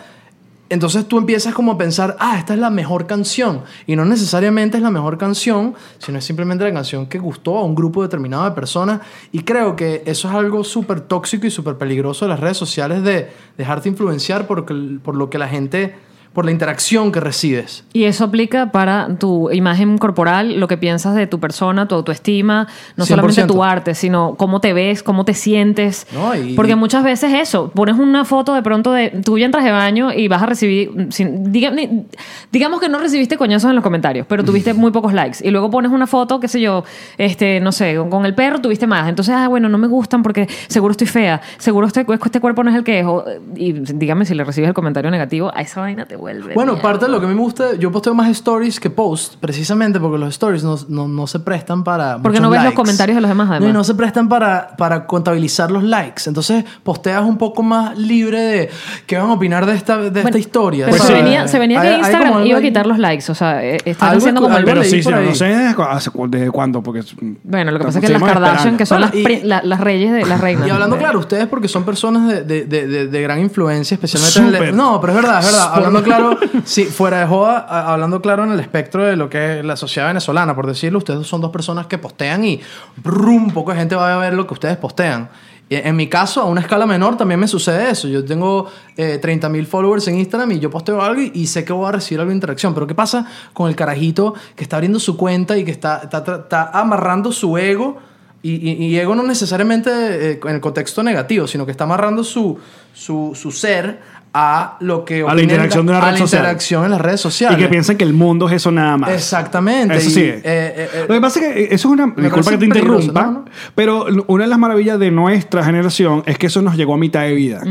C: Entonces tú empiezas como a pensar, ah, esta es la mejor canción. Y no necesariamente es la mejor canción, sino es simplemente la canción que gustó a un grupo determinado de personas. Y creo que eso es algo súper tóxico y súper peligroso de las redes sociales de dejarte influenciar por, por lo que la gente, por la interacción que recibes.
B: Y eso aplica para tu imagen corporal, lo que piensas de tu persona, tu autoestima, no
C: 100%.
B: solamente tu arte, sino cómo te ves, cómo te sientes.
C: No, y-
B: Porque muchas veces eso, pones una foto de pronto de tuya en traje de baño y vas a recibir, mm, sin- diga- ni- digamos que no recibiste coñazos en los comentarios, pero tuviste muy pocos likes. Y luego pones una foto, qué sé yo, este, no sé, con, con el perro tuviste más. Entonces, ah, bueno, no me gustan porque seguro estoy fea, seguro este, este cuerpo no es el que es. O- y dígame si le recibes el comentario negativo, a esa vaina te vuelve.
C: Bueno,
B: mierda.
C: parte de lo que a mí me gusta, yo posteo más stories que posts, precisamente porque los stories no, no- no se prestan para.
B: Porque
C: muchos
B: no ves los
C: likes.
B: comentarios de los demás, además.
C: No, y no se prestan para, para contabilizar los likes. Entonces, posteas un poco más libre de qué van a opinar de esta, de esta
B: Bueno,
C: historia.
B: Pero
A: Pues
B: se,
A: sí.
B: venía, se venía que
C: Hay- hay como
B: Instagram
C: algo
B: iba a
C: ahí.
B: quitar los likes. O sea, eh, están
C: Algo
B: haciendo como
C: escu-
B: el...
A: Pero
C: algo
A: sí,
C: leí
A: sí,
C: por
A: no
C: ahí.
A: sé hace cu- desde cuándo, porque...
B: Bueno, lo que pasa es que las
A: seguimos
B: Kardashian,
A: esperando.
B: que son
C: Bueno,
B: las,
C: y-
B: pri- la- las reyes de las reinas.
C: Y hablando,
B: de-
C: claro, ustedes porque son personas de, de- de- de- de gran influencia, especialmente en
A: Súper.
C: el... No, pero es verdad, es verdad.
A: Súper.
C: Hablando claro, sí, fuera de joda, a- hablando claro en el espectro de lo que es la sociedad venezolana, por decirlo, ustedes son dos personas que postean y brum, poca gente va a ver lo que ustedes postean. Y En mi caso, a una escala menor también me sucede eso. Yo tengo eh, 30.000 followers en Instagram y yo posteo algo y, y sé que voy a recibir algo de interacción. Pero ¿qué pasa con el carajito que está abriendo su cuenta y que está, está, tra- está amarrando su ego y, y- y ego no necesariamente eh, en el contexto negativo, sino que está amarrando su, su, su ser a lo que
A: la
C: opina en
A: interacción de una
C: a
A: red
C: la
A: social.
C: interacción en las redes
A: Y
C: sociales.
A: que piensan que el mundo es eso nada más.
C: Exactamente.
A: Eso
C: y,
A: sí.
C: eh, eh, eh,
A: Lo que pasa es que eso es una. Disculpa
C: parece
A: que te
C: peligroso,
A: interrumpa,
C: ¿no? No.
A: pero lo- una de las maravillas de nuestra generación es que eso nos llegó a mitad de vida.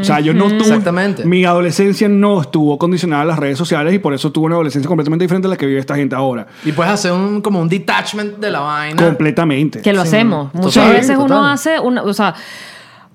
A: O sea, yo no tuve.
C: Mm. Exactamente.
A: Mi adolescencia no estuvo condicionada a las redes sociales y por eso tuve una adolescencia completamente diferente a la que vive esta gente ahora.
C: y puedes hacer un, como un detachment de la vaina.
A: Completamente.
B: Que lo
C: Sí,
B: hacemos.
C: total,
B: Muchas veces uno
C: total.
B: hace... Una, o sea,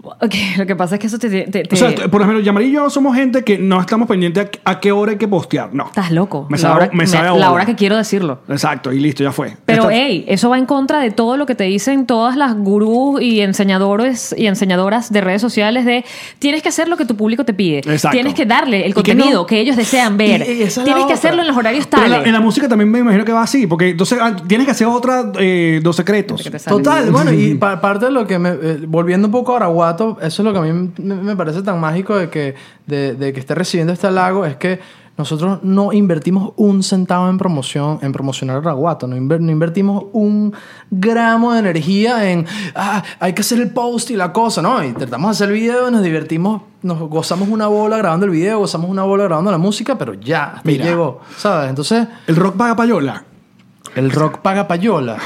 B: ok, lo que pasa es que eso te... te- te-
A: O sea, eh, t- por ejemplo, Yamar y yo somos gente que no estamos pendientes a, a qué hora hay que postear. No.
B: estás loco.
A: Me
B: La
A: sabe,
B: hora-
A: me sabe a
B: la
A: bola.
B: hora que quiero decirlo.
A: Exacto, y listo, ya fue.
B: Pero,
A: Esta-
B: hey, eso va en contra de todo lo que te dicen todas las gurús y enseñadores y enseñadoras de redes sociales de tienes que hacer lo que tu público te pide.
A: Exacto.
B: Tienes que darle
A: Y
B: el
A: que
B: contenido que,
A: no-
B: ellos desean ver.
C: Y- y esa es la
B: tienes que
C: otra.
B: hacerlo en los horarios
A: Pero en
B: tales.
A: la, en la música también me imagino que va así, porque entonces ah, tienes que hacer otra, eh, dos secretos.
B: Que te sale.
C: Total, bueno, y pa- parte de lo que me... eh, volviendo un poco a Araguato, eso es lo que a mí me, me parece tan mágico de que, de, de que esté recibiendo este halago, es que nosotros no invertimos un centavo en promoción, en promocionar Araguato, no, inver- no invertimos un gramo de energía en, ah, hay que hacer el post y la cosa, ¿no? Y tratamos de hacer video, nos divertimos, nos gozamos una bola grabando el video, gozamos una bola grabando la música, pero ya, hasta ahí
A: Mira.
C: llegó, ¿sabes? Entonces,
A: El rock paga payola.
C: el rock paga payola.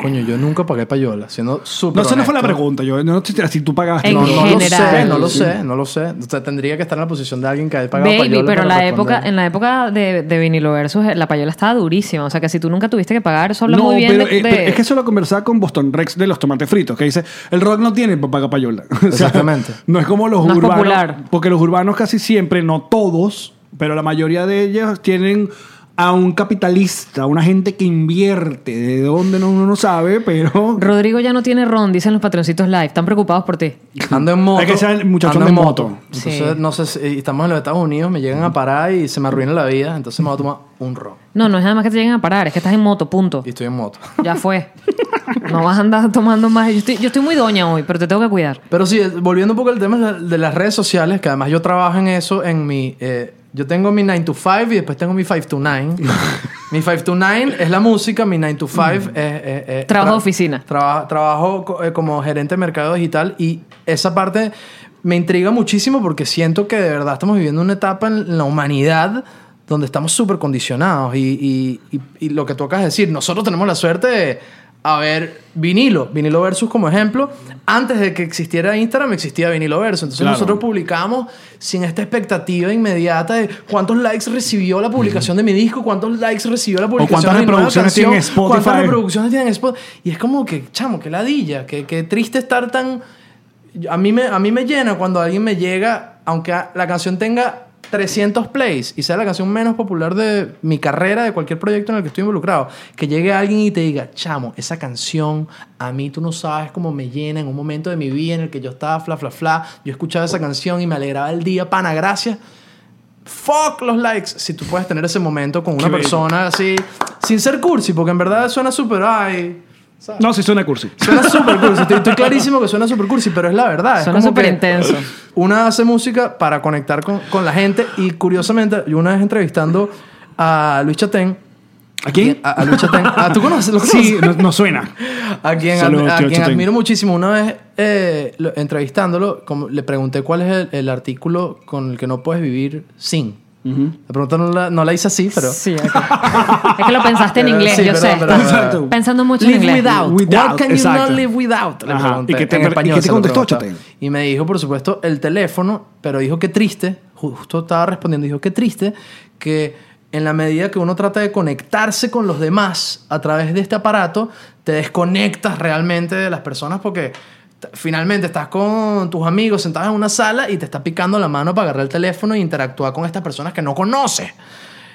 C: Coño, yo nunca pagué payola, siendo
A: No,
C: súper.
A: esa no fue la
C: honesto.
A: pregunta. Yo no sé si tú pagaste.
B: En
C: No, no lo sé,
B: general.
C: no lo
A: Sí.
C: sé, no lo sé. O sea, tendría que estar en la posición de alguien que haya pagado payola.
B: Baby, pero
C: para
B: la
C: responder.
B: época, en la época de, de vinilo versus eh, la payola estaba durísima. O sea que si tú nunca tuviste que pagar, eso habla
A: No,
B: muy bien
A: pero,
B: de,
A: eh, pero
B: de-
A: es que eso lo conversaba con Boston Rex de los tomates fritos, que dice, el rock no tiene paga payola. O sea,
C: Exactamente.
A: No es como los
B: No es
A: urbanos.
B: popular.
A: Porque los urbanos casi siempre, no todos, pero la mayoría de ellos tienen a un capitalista, a una gente que invierte, de dónde no, uno no sabe, pero...
B: Rodrigo ya no tiene ron, dicen los patroncitos live. Están preocupados por ti.
C: Ando en moto.
A: Es que sea el muchachón
C: ando
A: de
C: en
A: moto.
C: Entonces,
B: Sí.
C: no sé si y estamos en los Estados Unidos, me llegan a parar y se me arruina la vida. Entonces me voy a tomar un ron.
B: No, no es nada más que te lleguen a parar, es que estás en moto, punto.
C: Y estoy en moto.
B: Ya fue. No vas a andar tomando más. Yo estoy, yo estoy muy doña hoy, pero te tengo que cuidar.
C: Pero sí, volviendo un poco al tema de las redes sociales, que además yo trabajo en eso, en mi... eh, yo tengo mi 9 to 5 y después tengo mi 5 to 9. mi 5 to 9 es la música, mi 9 to 5 es... es- es-
B: Trabajo de oficina.
C: traba- trabajo co- eh, como gerente de mercado digital y esa parte me intriga muchísimo porque siento que de verdad estamos viviendo una etapa en la humanidad donde estamos súper condicionados y, y- y- y lo que tú acabas de decir, nosotros tenemos la suerte de haber vinilo, vinilo versus como ejemplo, antes de que existiera Instagram existía vinilo versus, entonces
A: Claro.
C: nosotros publicamos sin esta expectativa inmediata de cuántos likes recibió la publicación de mi disco, cuántos likes recibió la publicación
A: cuántas
C: de mi nueva
A: reproducciones tiene en
C: canción, cuántas
A: Spotify.
C: reproducciones opciones tienen spot. Y es como que, chamo, que ladilla, que, que triste estar tan. A mí, me, a mí me llena cuando alguien me llega, aunque a- la canción tenga 300 plays y sea la canción menos popular de mi carrera, de cualquier proyecto en el que estoy involucrado, que llegue alguien y te diga, chamo, esa canción a mí tú no sabes cómo me llena en un momento de mi vida en el que yo estaba fla, fla, fla, yo escuchaba esa canción y me alegraba el día, pana, gracias. Fuck los likes. Si tú puedes tener ese momento con una
A: Qué bello.
C: persona así, sin ser cursi, porque en verdad suena súper. Ay.
A: No, sí suena cursi.
C: Suena súper cursi. Estoy, estoy clarísimo que suena súper cursi, pero es la verdad. Es
B: Suena
C: como
B: súper
C: que
B: intenso.
C: Una hace música para conectar con, con la gente y curiosamente, yo una vez entrevistando a Luis Chatén.
A: ¿Aquí?
C: A, a Luis Chatén. Ah, ¿Tú conoces? ¿Lo conoces?
A: Sí, no, no suena.
C: A quien,
A: Saludos,
C: a
A: tío
C: quien
A: Chotén.
C: admiro muchísimo. Una vez eh, lo- entrevistándolo, como, le pregunté cuál es el, el artículo con el que no puedes vivir sin. La pregunta no la, no la hice así, pero.
B: Sí, ok. es que lo pensaste en
C: Pero
B: inglés,
C: sí,
B: yo
C: pero-
B: sé.
C: pero-
A: Exacto.
B: Pensando mucho en
C: Live
B: inglés.
C: without.
A: Without,
C: What can you
A: exacto.
C: not live without? Le
A: Ajá.
C: pregunté.
A: ¿Y qué te-
C: en
A: y
C: español
A: qué te
C: se lo
A: contestó,
C: pregunté.
A: Chotén?
C: Y me dijo, por supuesto, el teléfono, pero dijo qué triste, ju- justo estaba respondiendo, dijo qué triste que en la medida que uno trata de conectarse con los demás a través de este aparato, te desconectas realmente de las personas porque t- finalmente estás con tus amigos sentados en una sala y te está picando la mano para agarrar el teléfono e interactuar con estas personas que no conoces.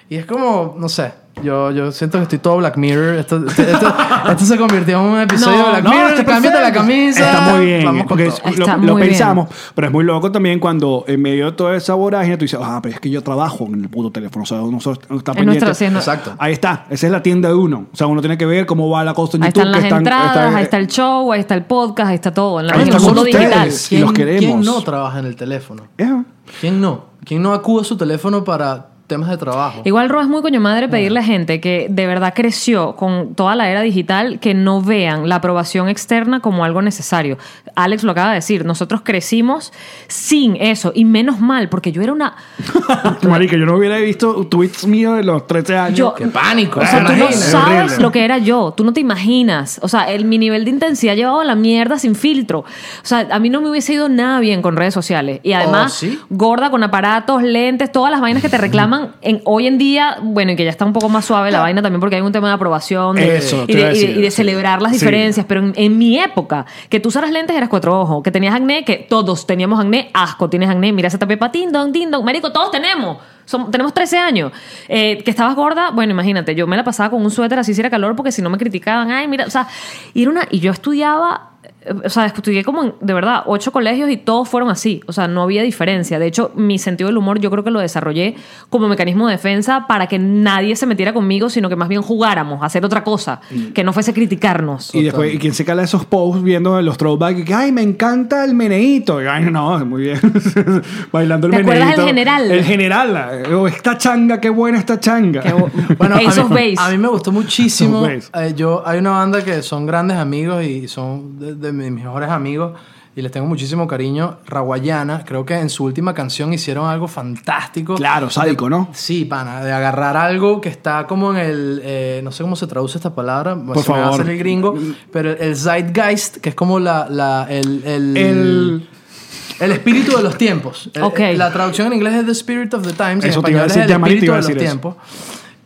C: Y es como, no sé, yo, yo siento que estoy todo Black Mirror. Esto, esto- esto- esto se convirtió en un episodio
B: No,
C: de Black
A: No,
C: Mirror.
A: está
C: cámbiate la
A: perfecto.
C: camisa.
A: Está muy bien.
C: Vamos con
A: porque
C: todo.
A: es- lo,
B: Está
A: lo
B: muy bien.
A: pensamos, pero es muy loco también cuando en medio de toda esa vorágine tú dices, ah, pero es que yo trabajo en el puto teléfono, o sea, uno solo está
B: En
A: pendiente.
B: nuestro- sí, en-
C: Exacto.
A: Ahí está, esa es la tienda de uno. O sea, uno tiene que ver cómo va la cosa en
B: Ahí
A: YouTube.
B: están las
A: que
B: entradas, ahí está
A: eh,
B: el show, ahí está el podcast, ahí está todo. En, la,
A: Ahí
B: en el
A: están
B: mundo
A: ustedes.
B: digital.
A: Y los queremos.
C: ¿Quién no trabaja en el teléfono?
A: eh.
C: ¿Quién no? ¿Quién no acude a su teléfono para temas de trabajo?
B: Igual Ro es muy coño madre pedirle a gente que de verdad creció con toda la era digital que no vean la aprobación externa como algo necesario. Alex lo acaba de decir, nosotros crecimos sin eso y menos mal porque yo era una
A: Marica, yo no hubiera visto tweets míos de los 13 años.
B: Yo-
C: ¡Qué pánico!
B: O sea, tú no
C: imagínate.
B: sabes
A: horrible.
B: lo que era yo, tú no te imaginas. O sea, el, mi nivel de intensidad llevaba a la mierda sin filtro. O sea, a mí no me hubiese ido nada bien con redes sociales. Y además,
C: Oh, ¿sí?
B: gorda con aparatos, lentes, todas las vainas que te reclaman en, hoy en día, bueno, y que ya está un poco más suave la vaina también porque hay un tema de aprobación de-
A: Ah. Eso,
B: y,
A: te iba
B: de,
A: a
B: y de-
A: decir,
B: y de
A: sí.
B: celebrar las
A: Sí.
B: diferencias. Pero en, en mi época, que tú usaras lentes eras cuatro ojos, que tenías acné, que todos teníamos acné, asco, tienes acné, mira esa tapepa, ting dong, ting dong, marico, todos tenemos. Som- tenemos 13 años. Eh, que estabas gorda, bueno, imagínate, yo me la pasaba con un suéter así si era calor porque si no me criticaban, ay, mira, o sea, y, era una, y yo estudiaba, eh, o sea, estudié como en, de verdad ocho colegios y todos fueron así, o sea, no había diferencia. De hecho, mi sentido del humor yo creo que lo desarrollé como mecanismo de defensa para que nadie se metiera conmigo, sino que más bien jugáramos, hacer otra cosa, que no fuese criticarnos.
A: Y después, ¿y quién se cala esos posts viendo los throwbacks? Y que, ay, me encanta el meneíto. Y, ay, no, muy bien. Bailando el
B: ¿Te acuerdas
A: meneíto.
B: del general?
A: El general. eh, O esta changa, qué buena esta changa.
B: Que-
C: Bueno, a
B: Ace of
C: mí,
B: Base.
C: a mí me gustó muchísimo.
A: Ace of
C: eh, yo, hay una banda que son grandes amigos y son de, de mis mejores amigos. y les tengo muchísimo cariño, Rawayana, creo que en su última canción hicieron algo fantástico.
A: Claro, sádico, ¿no?
C: Sí, pana, de agarrar algo que está como en el. eh, no sé cómo se traduce esta palabra,
A: Por
C: se me va a
A: favor.
C: hacer el gringo, pero el zeitgeist, que es como la. la- el, el,
A: El-
C: el espíritu de los tiempos. El-
B: Ok.
C: La traducción en inglés es The Spirit of the Times, en
A: Eso te iba a
C: español es
A: decir,
C: El
A: ya, Marito,
C: Espíritu
A: iba a
C: de los
A: decir eso.
C: Tiempos.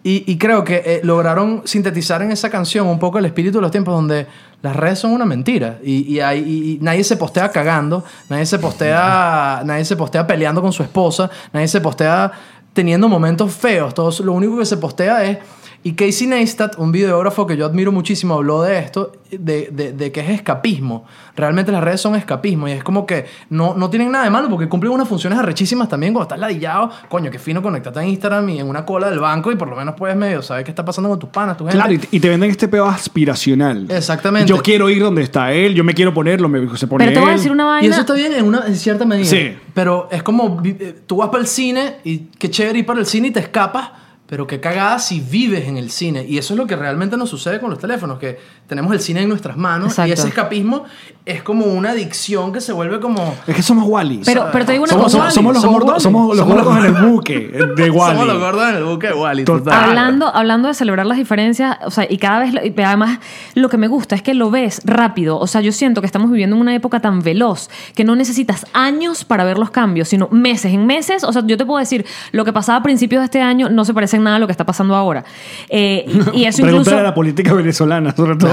C: Y, y creo que eh, lograron sintetizar en esa canción un poco el espíritu de los tiempos donde las redes son una mentira y, y hay- y- y nadie se postea cagando, nadie se postea, nadie se postea peleando con su esposa, nadie se postea teniendo momentos feos. Todos, lo único que se postea es... Y Casey Neistat, un videógrafo que yo admiro muchísimo, habló de esto, de, de- de que es escapismo. Realmente las redes son escapismo y es como que no, no tienen nada de malo porque cumplen unas funciones arrechísimas también cuando estás ladillado. Coño, qué fino conectarte a Instagram y en una cola del banco y por lo menos puedes medio saber qué está pasando con tus panas, tu gente.
A: Claro, y te, y te venden este pedo aspiracional.
C: Exactamente.
A: Yo quiero ir donde está él, yo me quiero ponerlo, me, se pone
B: Pero te voy a
A: él.
B: decir una
C: Y
B: vaina.
C: eso está bien en, una, en cierta medida.
A: Sí.
C: Pero es como vi- eh, tú vas para el cine y qué chévere ir para el cine y te escapas, pero qué cagada si vives en el cine. Y eso es lo que realmente nos sucede con los teléfonos, que tenemos el cine en nuestras manos y
B: Exacto.
C: ese escapismo es como una adicción que se vuelve como...
A: Es que somos Wally.
B: Pero, pero te digo una
A: somos,
B: cosa.
A: somos- somos los
C: Somos
A: gordos,
C: Wall-E.
A: somos los
C: Somos los-
A: gordos en el buque eh, de Wally.
C: Somos los gordos en el buque de Wally.
A: Total.
C: total.
B: Hablando, hablando de celebrar las diferencias, o sea, y cada vez, lo- y además, lo que me gusta es que lo ves rápido. O sea, yo siento que estamos viviendo en una época tan veloz que no necesitas años para ver los cambios, sino meses. En meses, o sea, yo te puedo decir, lo que pasaba a principios de este año no se parece en nada a lo que está pasando ahora. Eh, y eso
A: Preguntar
B: incluso.
A: a la política venezolana, sobre todo.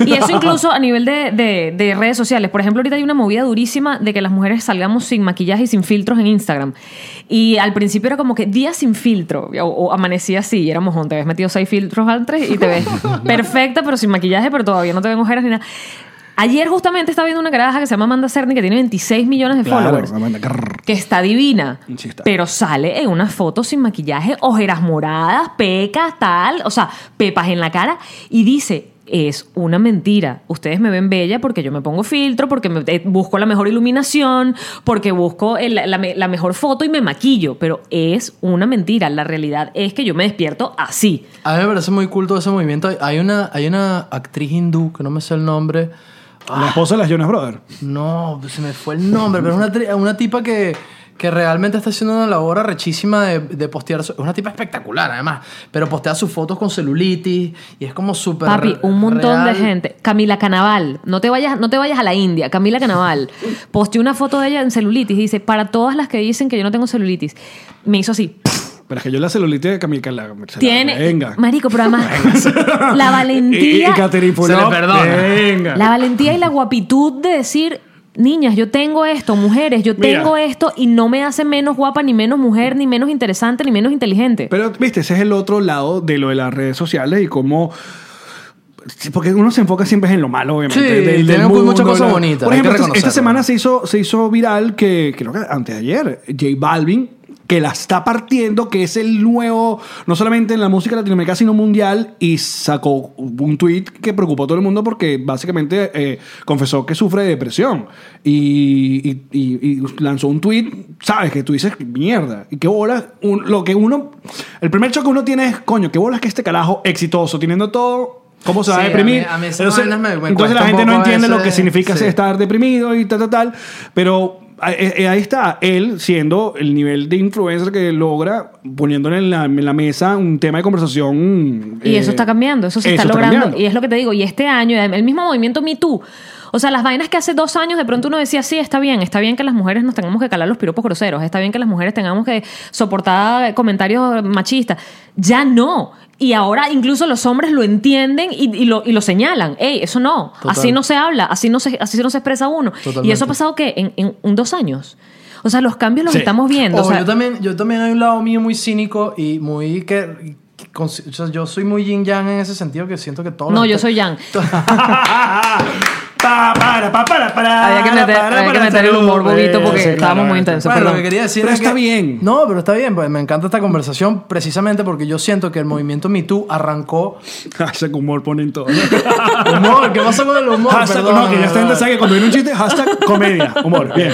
B: Y eso incluso a nivel de, de- de redes sociales. Por ejemplo, ahorita hay una movida durísima de que las mujeres salgamos sin maquillaje y sin filtros en Instagram. Y al principio era como que día sin filtro. O, o amanecía así y era mojón. Te habías metido seis filtros antes y te ves perfecta, pero sin maquillaje, pero todavía no te ven ojeras ni nada. Ayer justamente estaba viendo una caraja que se llama Amanda Cerny que tiene 26 millones de
A: Claro,
B: followers
A: Amanda, grrr.
B: que está divina,
A: Sí está.
B: pero sale en una foto sin maquillaje, ojeras moradas, pecas, tal, o sea, pepas en la cara y dice, es una mentira. Ustedes me ven bella porque yo me pongo filtro, porque me- eh, busco la mejor iluminación, porque busco el- la, me- la mejor foto y me maquillo, pero es una mentira. La realidad es que yo me despierto así.
C: A mí me parece muy culto ese movimiento. Hay una, hay una actriz hindú, que no me sé el nombre,
B: Ah.
A: La esposa de las Jonas Brothers.
C: No, se me fue el nombre, pero es una, tri- una tipa que, que realmente está haciendo una labor arrechísima de, de postear. su- Es una tipa espectacular, además, pero postea sus fotos con celulitis y es como súper.
B: Papi, un montón
C: real.
B: de gente. Camila Canaval, no te vayas, no te vayas a la India. Camila Canaval posteó una foto de ella en celulitis y dice, para todas las que dicen que yo no tengo celulitis, me hizo así.
A: Pero es que yo la celulitis de Camila la- se la-
B: Tiene,
A: Venga.
B: marico, pero además la
A: Y- Y, y
B: valentía,
A: Catherine
C: Se le
A: Fulop,
C: perdona.
A: Venga.
B: la valentía y la guapitud de decir, niñas, yo tengo esto, mujeres, yo
A: Mira.
B: tengo esto y no me hace menos guapa, ni menos mujer, ni menos interesante, ni menos inteligente.
A: Pero, viste, ese es el otro lado de lo de las redes sociales y cómo. sí, Porque uno se enfoca siempre en lo malo, obviamente.
C: Sí,
A: del, del
C: tiene pues muy- muchas
A: mundo,
C: cosas
A: la-
C: bonitas,
A: Por
C: hay que
A: ejemplo, esta- esta
C: reconocerlo.
A: semana se hizo, se hizo viral que, creo que antes de ayer, J Balvin, que la está partiendo, que es el nuevo, no solamente en la música latinoamericana, sino mundial, y sacó un tweet que preocupó a todo el mundo porque básicamente eh, confesó que sufre de depresión. Y, y- y- y lanzó un tweet, ¿sabes? Que tú dices, mierda. Y qué bolas, un- lo que uno. El primer choque que uno tiene es, coño, qué bolas que este carajo exitoso, teniendo todo. ¿Cómo se va a
C: Sí, a
A: deprimir?
C: mí- a mí esas
A: entonces,
C: vainas me- me
A: entonces
C: cuesta
A: la
C: un
A: gente no
C: poco a
A: entiende lo
C: veces,
A: que significa
C: sí.
A: estar deprimido y tal, tal, tal. Pero a- eh, ahí está él siendo el nivel de influencer que logra poniéndole en la, en la mesa un tema de conversación.
B: Y
A: eh,
B: eso está cambiando, eso se está, logrando.
A: cambiando.
B: Y es lo que te digo, y este año, el mismo movimiento Me Too. O sea, las vainas que hace dos años de pronto uno decía, sí, está bien, está bien que las mujeres nos tengamos que calar los piropos groseros, está bien que las mujeres tengamos que soportar eh, comentarios machistas. Ya no. Y ahora incluso los hombres lo entienden y, y lo, y lo señalan. Ey, eso no.
C: Total.
B: Así no se habla, así no se, así no se expresa uno. Y
C: Totalmente.
B: eso ha pasado que en, en un dos años. O sea, los cambios los
A: Sí.
B: estamos viendo.
C: Ojo,
B: o sea,
C: yo, también, yo también hay un lado mío muy cínico y muy que. que con- o sea, yo soy muy yin yang en ese sentido que siento que todo.
B: no, yo soy Yang.
A: Pa, para, pa, para, para,
B: Había que meter-
A: para,
B: había que
A: para,
B: meter el
A: salud.
B: humor bobito porque
A: Sí, claro,
B: estábamos muy
A: sí.
B: intensos.
C: Bueno,
B: perdón.
C: lo que quería decir
A: Pero
C: es
A: está
C: que-
A: bien.
C: No, pero está bien. Pues me encanta esta conversación precisamente porque yo siento que el movimiento Me Too arrancó.
A: Hashtag humor ponen todo.
C: Humor, ¿qué pasa con el humor?
A: Hashtag,
C: Perdón,
A: no, que ya está gente sabe que cuando viene un chiste, hashtag comedia. Humor, bien.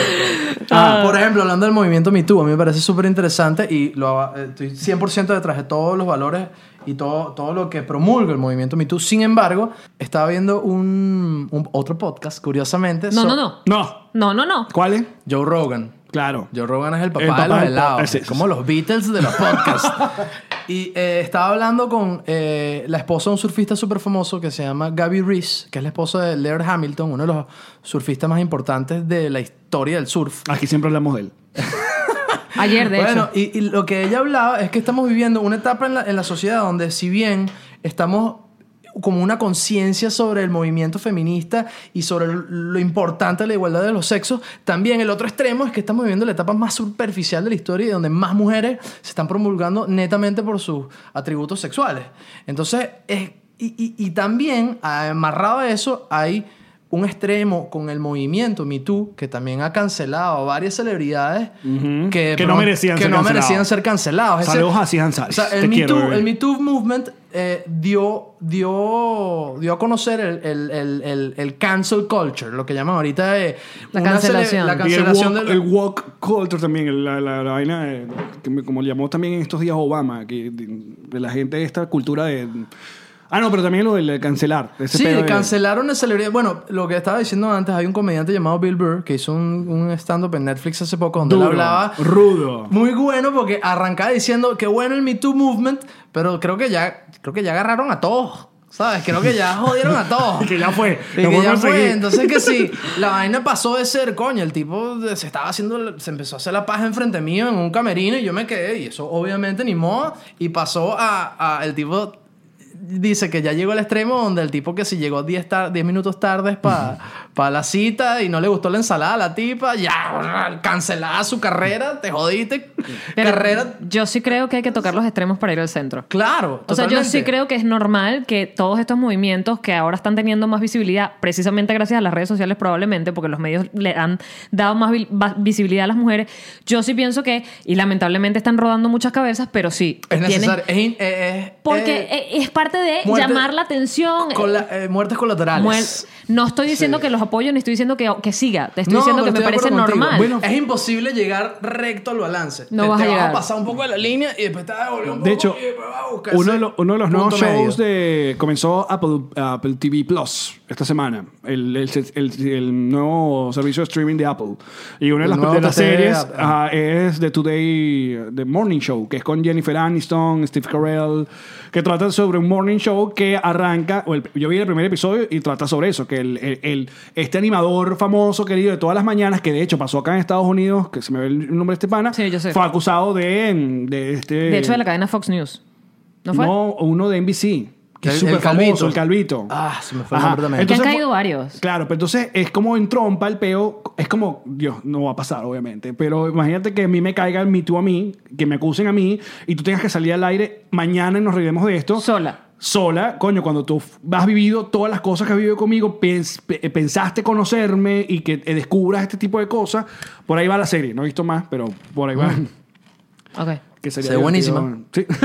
C: Ah, por ejemplo, hablando del movimiento Me Too, a mí me parece súper interesante y lo, eh, estoy 100% detrás de todos los valores y todo, todo lo que promulga el movimiento Me Too. Sin embargo, estaba viendo un, un- otro podcast, curiosamente.
B: No,
C: so-
B: no, no.
A: No.
B: No, no, no.
A: ¿Cuál es?
C: Joe Rogan.
A: Claro.
C: Joe Rogan es el papá,
A: El papá
C: de los
A: del po- eh,
C: helados.
A: sí, sí,
C: como
A: sí.
C: los Beatles de los podcasts. y eh, estaba hablando con eh, la esposa de un surfista súper famoso que se llama Gabby Reese, que es la esposa de Laird Hamilton, uno de los surfistas más importantes de la historia del surf.
A: Aquí siempre hablamos de él.
B: Ayer, de
C: Bueno,
B: hecho.
C: y, y lo que ella hablaba es que estamos viviendo una etapa en la, en la sociedad donde si bien estamos como una conciencia sobre el movimiento feminista y sobre l- lo importante de la igualdad de los sexos, también el otro extremo es que estamos viviendo la etapa más superficial de la historia y donde más mujeres se están promulgando netamente por sus atributos sexuales. Entonces, es, y, y- y también amarrado a eso hay un extremo con el movimiento Me Too, que también ha cancelado a varias celebridades que,
A: Que no
C: pronto-
A: merecían
C: que
A: ser
C: no
A: cancelados.
C: merecían ser cancelados. Es
A: Saludos
C: decir,
A: a Sihan Saris.
C: o sea, el,
A: Te
C: Me
A: quiero,
C: Too,
A: bebé.
C: el Me Too Movement eh, dio, dio, dio a conocer el, el, el, el, el cancel culture, lo que llaman ahorita eh,
B: La
C: una cele-
B: cancelación.
C: la
B: Y
A: Y el
C: cancelación
A: walk,
C: del-
A: el walk culture también, el- la, la- la vaina, de- que me- como le llamó también en estos días Obama, que de, de la gente, esta cultura de... Ah, no, pero también lo del cancelar. ese
C: Sí,
A: pedo de-
C: cancelaron a celebridad. Bueno, lo que estaba diciendo antes, hay un comediante llamado Bill Burr que hizo un, un stand-up en Netflix hace poco donde él
A: Duro,
C: hablaba
A: rudo.
C: Muy bueno porque arrancaba diciendo que bueno el Me Too Movement, pero creo que ya, creo que ya agarraron a todos. ¿Sabes? Creo que ya jodieron a todos.
A: Que ya fue.
C: Y
A: No
C: que ya
A: podemos seguir.
C: fue. Entonces que sí, la vaina pasó de ser, coño, el tipo de- se estaba haciendo, se empezó a hacer la paja enfrente mío en un camerino y yo me quedé. Y eso obviamente ni modo. Y pasó a, a el tipo dice que ya llegó al extremo donde el tipo que si llegó 10 tar- 10 minutos tardes para la cita y no le gustó la ensalada a la tipa, ya cancelada su carrera, te jodiste.
B: Pero
C: carrera.
B: Yo sí creo que hay que tocar los extremos para ir al centro.
C: Claro.
B: O sea, yo sí
C: totalmente.
B: creo que es normal que todos estos movimientos que ahora están teniendo más visibilidad, precisamente gracias a las redes sociales probablemente, porque los medios le han dado más vi- va- visibilidad a las mujeres, yo sí pienso que, y lamentablemente están rodando muchas cabezas, pero sí.
C: Es
B: tienes-
C: necesario. es in- eh, eh,
B: porque
C: eh,
B: eh, es parte de
C: muerte-
B: llamar la atención.
C: con la- eh, muertes colaterales.
B: Muer- No estoy diciendo
C: Sí.
B: que los apoyo, ni estoy diciendo que, que siga. Te estoy
C: No,
B: diciendo que
C: pero
B: me
C: estoy de
B: parece
C: acuerdo contigo.
B: normal.
C: Bueno, es imposible llegar recto al balance.
B: No
C: te,
B: vas
C: te
B: a llegar.
C: pasar un poco de la línea y después te vas a devolver un poco
A: De hecho,
C: y después vas a buscar
A: uno de,
C: ese
A: los, uno de los nuevos
C: punto medio.
A: shows de, comenzó Apple, Apple TV Plus esta semana, el, el- el- el nuevo servicio de streaming de Apple. Y una de
C: El
A: las,
C: nuevo
A: de las
C: TT de
A: series
C: Apple.
A: ajá, es The Today, The Morning Show, que es con Jennifer Aniston, Steve Carell, que trata sobre un morning show que arranca, o el- yo vi el primer episodio y trata sobre eso, que el, el- el- este animador famoso querido de todas las mañanas, que de hecho pasó acá en Estados Unidos, que se me ve el nombre de este pana,
B: Sí, yo sé.
A: fue acusado de, de este...
B: de
C: eh,
B: hecho, de la cadena Fox News. ¿No fue?
A: uno de NBC. Que es
C: El- el
A: súper famoso,
C: calvito.
A: el calvito.
C: Ah, se me fue el
A: Ajá.
C: nombre también.
B: Que han
A: Entonces,
B: caído
A: fue-
B: varios.
A: Claro, pero entonces es como en trompa el peo. Es como, Dios, no va a pasar, obviamente. Pero imagínate que a mí me caiga el Me Too a mí, que me acusen a mí, y tú tengas que salir al aire mañana y nos reiremos de esto.
B: Sola.
A: Sola, coño, cuando tú f- has vivido todas las cosas que has vivido conmigo, pens- pe- pensaste conocerme y que eh, descubras este tipo de cosas, por ahí va la serie. No he visto más, pero por ahí va.
B: Ok.
A: Que sería
C: Se ve
A: divertido.
C: buenísima.
A: Sí.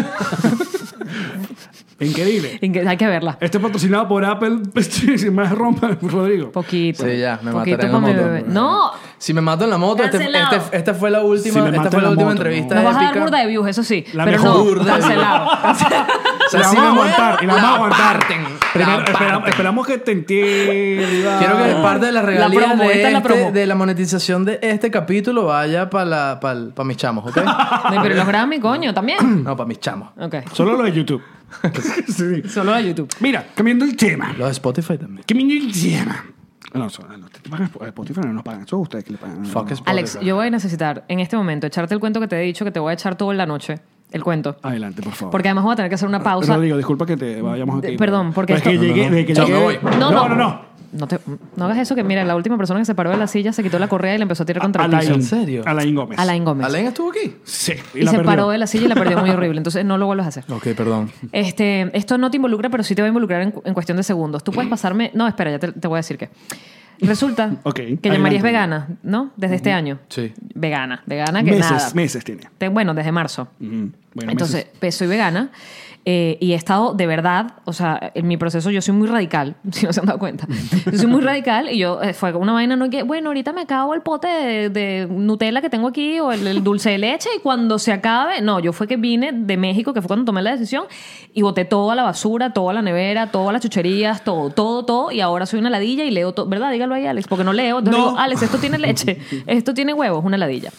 A: Increíble.
B: Inque- Hay que verla.
A: Este es patrocinado por Apple. Sí, más rompa, Rodrigo.
B: Poquito.
C: Sí, ya, me
B: Poquito
C: mataré en
B: pa'
C: la
B: mi
C: moto.
B: bebé. No,
C: Si me mato en la moto, este,
B: Cancelado.
C: este- esta fue la última,
A: Si me
C: esta
A: mato
C: fue
A: en la
C: la última
A: moto,
C: entrevista
B: nos vas a dar
C: épica.
B: burda de views, eso sí.
A: La
B: pero
A: mejor
B: no,
A: burda de views.
B: cancelado.
C: O sea,
A: la
C: si
A: vamos a
C: me muero,
A: aguantar. Y la
C: la
A: vamos a aguantar.
C: parten,
A: Primero,
C: la
A: espera-
C: parten.
A: esperamos que te entienda.
C: Quiero que parte de las regalías
B: promo,
C: de,
B: esta es Ah. la
C: este-
B: promo.
C: de la monetización de este capítulo vaya para para mis chamos, ¿ok?
B: No, pero los Grammy, coño, también.
C: no, para mis chamos.
B: Ok.
A: Solo lo de YouTube. Sí.
B: Solo a YouTube.
A: Mira, cambiando el tema.
C: Los de Spotify también.
A: Cambiando el tema. No, eso- no, te pagan Sp- Spotify, no nos pagan. Eso es ustedes que le pagan.
C: Fuck Spotify.
B: Alex, yo voy a necesitar en este momento echarte el cuento que te he dicho que te voy a echar toda la noche. El cuento.
A: Adelante, por favor.
B: Porque además voy a tener que hacer una pausa.
A: Ah, Rodrigo, disculpa que te vayamos
B: De-
A: aquí.
B: perdón, porque
A: Pero es que
B: esto-
A: llegué,
C: No, no, no.
A: desde que
C: Chao,
A: llegué-
C: me voy.
B: No, no.
A: no, no.
B: No, te- no hagas eso que, mira, la última persona que se paró de la silla se quitó la correa y le empezó a tirar contra el
A: Alain.
B: piso.
C: ¿En serio?
A: Alain Gómez.
B: Alain Gómez.
C: ¿Alain estuvo aquí?
A: Sí.
B: Y,
A: la
B: se
A: perdió.
B: paró de la silla y la perdió muy horrible. Entonces no lo vuelvas a hacer.
C: Ok, perdón.
B: Este, esto no te involucra, pero sí te va a involucrar en, cu- en cuestión de segundos. Tú puedes pasarme. No, espera, ya te, te voy a decir que. Resulta
A: Ok,
B: que ya María
A: adelante.
B: es vegana, ¿no? Desde este año.
C: Sí.
B: Vegana. Vegana que
A: Meses,
B: nada.
A: meses tiene.
B: Te- bueno, desde marzo.
A: Ujú. Bueno,
B: Entonces,
A: meses.
B: pues, soy vegana. eh, y he estado de verdad, o sea, en mi proceso yo soy muy radical, si no se han dado cuenta. Yo soy muy radical y yo eh, fue como una vaina, no que, bueno, ahorita me acabo el pote de, de Nutella que tengo aquí o el, el dulce de leche y cuando se acabe, no, yo fue que vine de México, que fue cuando tomé la decisión y boté toda la basura, toda la nevera, todas las chucherías, todo, todo, todo y ahora soy una ladilla y leo todo, ¿verdad? Dígalo ahí, Alex, porque no leo. Entonces
A: No.
B: digo, Alex, esto tiene leche, esto tiene huevos, una ladilla.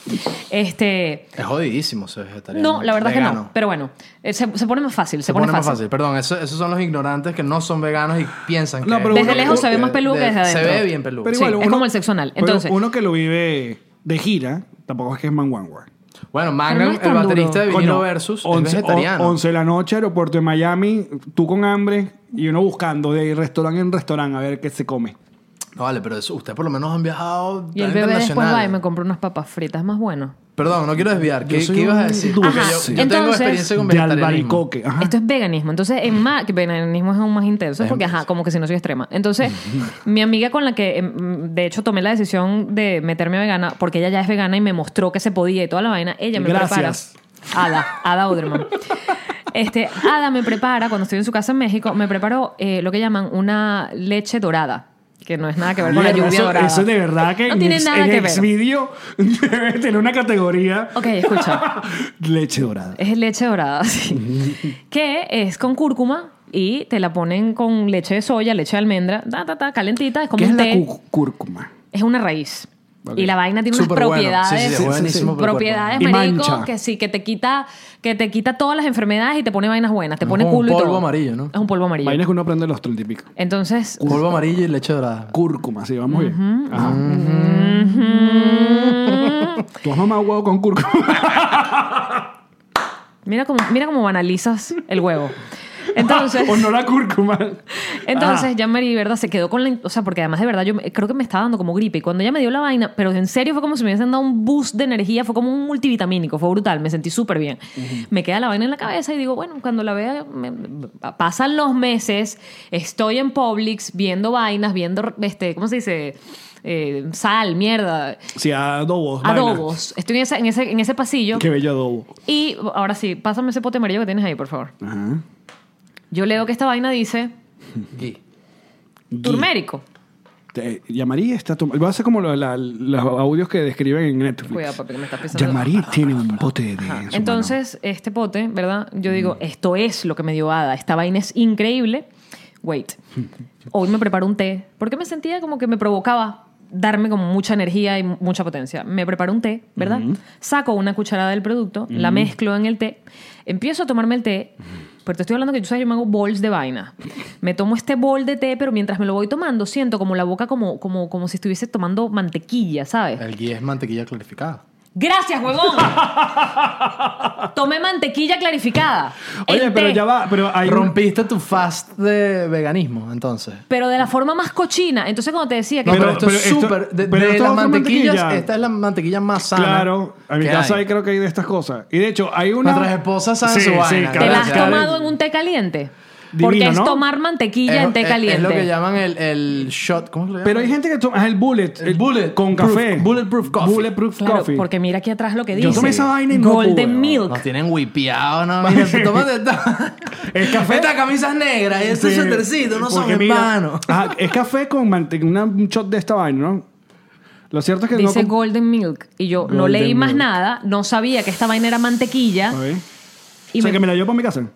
B: Este...
C: Es jodidísimo ser vegetariano.
B: No, la verdad es que
C: Vegano.
B: no. Pero bueno, eh, se, se pone más fácil. Se,
C: Se pone más
B: fácil.
C: fácil. Perdón, eso- esos son los ignorantes que no son veganos y piensan
A: No,
C: que...
A: pero Desde uno- lejos se
B: ve más peludo que desde
C: Se
B: adentro.
C: ve bien peludo.
A: Pero
B: Sí,
A: igual,
B: es
A: uno-
B: como el sexo anal.
A: pero
B: Entonces-
A: uno que lo vive de gira, tampoco es que es manguangua.
C: Bueno,
B: Pero
C: Mangan,
B: no es
C: el
B: tan
C: baterista de
B: duro.
C: Vinilo
A: Coño,
C: Versus,
A: once-
C: es vegetariano.
A: o- 11 de la noche, aeropuerto de Miami, tú con hambre y uno buscando de restaurante en restaurante a ver qué se come.
C: No, vale, pero eso- usted por lo menos han viajado
B: Y el
C: tan
B: bebé después
C: internacional.
B: va y me compró unas papas fritas, es más bueno.
C: Perdón, no quiero desviar. ¿Qué,
A: Yo soy
C: qué ibas a
A: un
C: decir?
A: dulce.
C: Porque yo,
B: Ajá,
C: yo tengo
B: entonces,
C: experiencia con
A: de
C: vegetarianismo.
A: albaricoque. Ajá.
B: Esto es veganismo. Entonces, en más, que veganismo es aún más intenso, porque ajá, como que si no soy extrema. Entonces, mi amiga con la que, em, de hecho, tomé la decisión de meterme vegana, porque ella ya es vegana y me mostró que se podía y toda la vaina, ella me
A: Gracias.
B: prepara. Ada, Ada Oderman. Este, Ada me prepara, cuando estoy en su casa en México, me preparó eh, lo que llaman una leche dorada, que no es nada que ver con la
A: Mierda,
B: lluvia
A: eso,
B: dorada.
A: eso es de verdad que
B: No
A: en,
B: tiene
A: ex-
B: nada
A: en
B: que ver.
A: Xvideo debe tener una categoría
B: Ok, escucha.
A: leche dorada.
B: Es leche dorada, sí. que es con cúrcuma y te la ponen con leche de soya, leche de almendra, ta, ta, ta, calentita, es como
A: ¿Qué es
B: un
A: la
B: té.
A: cu- cúrcuma?
B: Es una raíz.
A: Ok.
B: Y la vaina tiene unas
C: Súper bueno. Sí, sí,
B: propiedades,
C: sí, buenísimo para el
B: propiedades,
A: cuerpo. Y
B: marico,
A: mancha.
B: que sí, que te quita, que te quita todas las enfermedades y te pone vainas buenas, te
C: Es
B: pone
C: como un
B: culo y
C: polvo
B: todo.
C: amarillo, ¿no?
B: Es un polvo amarillo.
A: Vainas que uno aprende a los treinta y pico.
B: Entonces,
C: Polvo amarillo y leche dorada.
A: Cúrcuma, sí, vamos bien. Ajá. Tú has mamado huevo con cúrcuma.
B: mira cómo, mira cómo banalizas el huevo. Entonces,
A: o no la cúrcuma.
B: Entonces,
A: Ajá.
B: ya Mary, de verdad, se quedó con la. O sea, porque además de verdad, yo me- creo que me estaba dando como gripe. Y cuando ella me dio la vaina, pero en serio fue como si me hubiesen dado un boost de energía, fue como un multivitamínico, fue brutal, me sentí súper bien. Me queda la vaina en la cabeza y digo, bueno, cuando la vea, me- me- pasan los meses, estoy en Publix viendo vainas, viendo, este, ¿cómo se dice? Eh, sal, mierda,
A: Sí, adobos. vainas.
B: adobos. Estoy en ese, en ese, en ese pasillo.
A: Qué bello adobo.
B: Y ahora sí, pásame ese pote amarillo que tienes ahí, por favor.
A: Ajá.
B: Yo leo que esta vaina dice
C: Gui.
B: turmérico.
A: Te- Yamari está tomando. Voy a hacer como lo- la- los audios que describen en Netflix.
B: Cuidado, papi, que me estás pisando.
A: Yamari tiene un bote de. en su
B: Ajá.
A: mano. Mm.
B: Entonces, este pote, ¿verdad? Yo digo, esto es lo que me dio Ada. Esta vaina es increíble. Wait. Hoy me preparo un té. Porque me sentía como que me provocaba darme como mucha energía y mucha potencia. Me preparo un té, ¿verdad? Saco una cucharada del producto, la mezclo en el té, empiezo a tomarme el té, pero te estoy hablando que tú sabes, yo me hago bols de vaina. Me tomo este bol de té, pero mientras me lo voy tomando, siento como la boca como, como, como si estuviese tomando mantequilla, ¿sabes?
C: El gui es mantequilla clarificada.
B: Gracias, huevón. Tomé mantequilla clarificada.
A: Oye,
B: El
A: pero
B: té,
A: ya va. Pero hay un-
C: Rompiste tu fast de veganismo, entonces.
B: Pero de la forma más cochina. Entonces, cuando te decía que.
C: No, pero,
A: Pero-
C: esto es
A: pero esto-
C: súper. De,
A: pero
C: de
A: esto es
C: las
A: otra
C: mantequillas,
A: mantequilla.
C: esta es la mantequilla más sana.
A: Claro, a mi
C: que
A: casa
C: hay.
A: ahí creo que hay de estas cosas. Y de hecho, hay una.
C: Nuestras esposas saben
A: Sí,
C: su
A: sí,
C: vaina,
B: ¿Te
C: claro,
A: cada-
B: la has
C: claro.
B: tomado en un té caliente?
A: Divino,
B: Porque es
A: ¿no?
B: tomar mantequilla en té
C: es-
B: caliente.
C: Es lo que llaman el, el shot. ¿Cómo se lo llaman?
A: Pero hay gente que toma ah, el bullet,
C: El bullet
A: con
C: proof-
A: café.
C: bulletproof coffee.
A: Bulletproof
B: Claro,
A: coffee.
B: porque mira aquí atrás lo que dice.
A: tomé esa vaina y no pude,
B: Golden
A: huevón.
B: Milk.
C: Nos tienen whipeados, no, mira, se toman de
A: Es café.
C: Estas camisas negras y estos
A: Sí,
C: suetercitos no son
A: porque mira-
C: hermanos.
A: Ajá, es café con mante- una- un shot de esta vaina, ¿no? Lo cierto es que
B: Dice
A: no. com-
B: Golden Milk. Y yo no
A: Golden
B: leí más
A: Milk.
B: nada, no sabía que esta vaina era mantequilla.
A: A ver.
B: Y
A: o sea,
B: me-
A: que me la llevo para mi casa.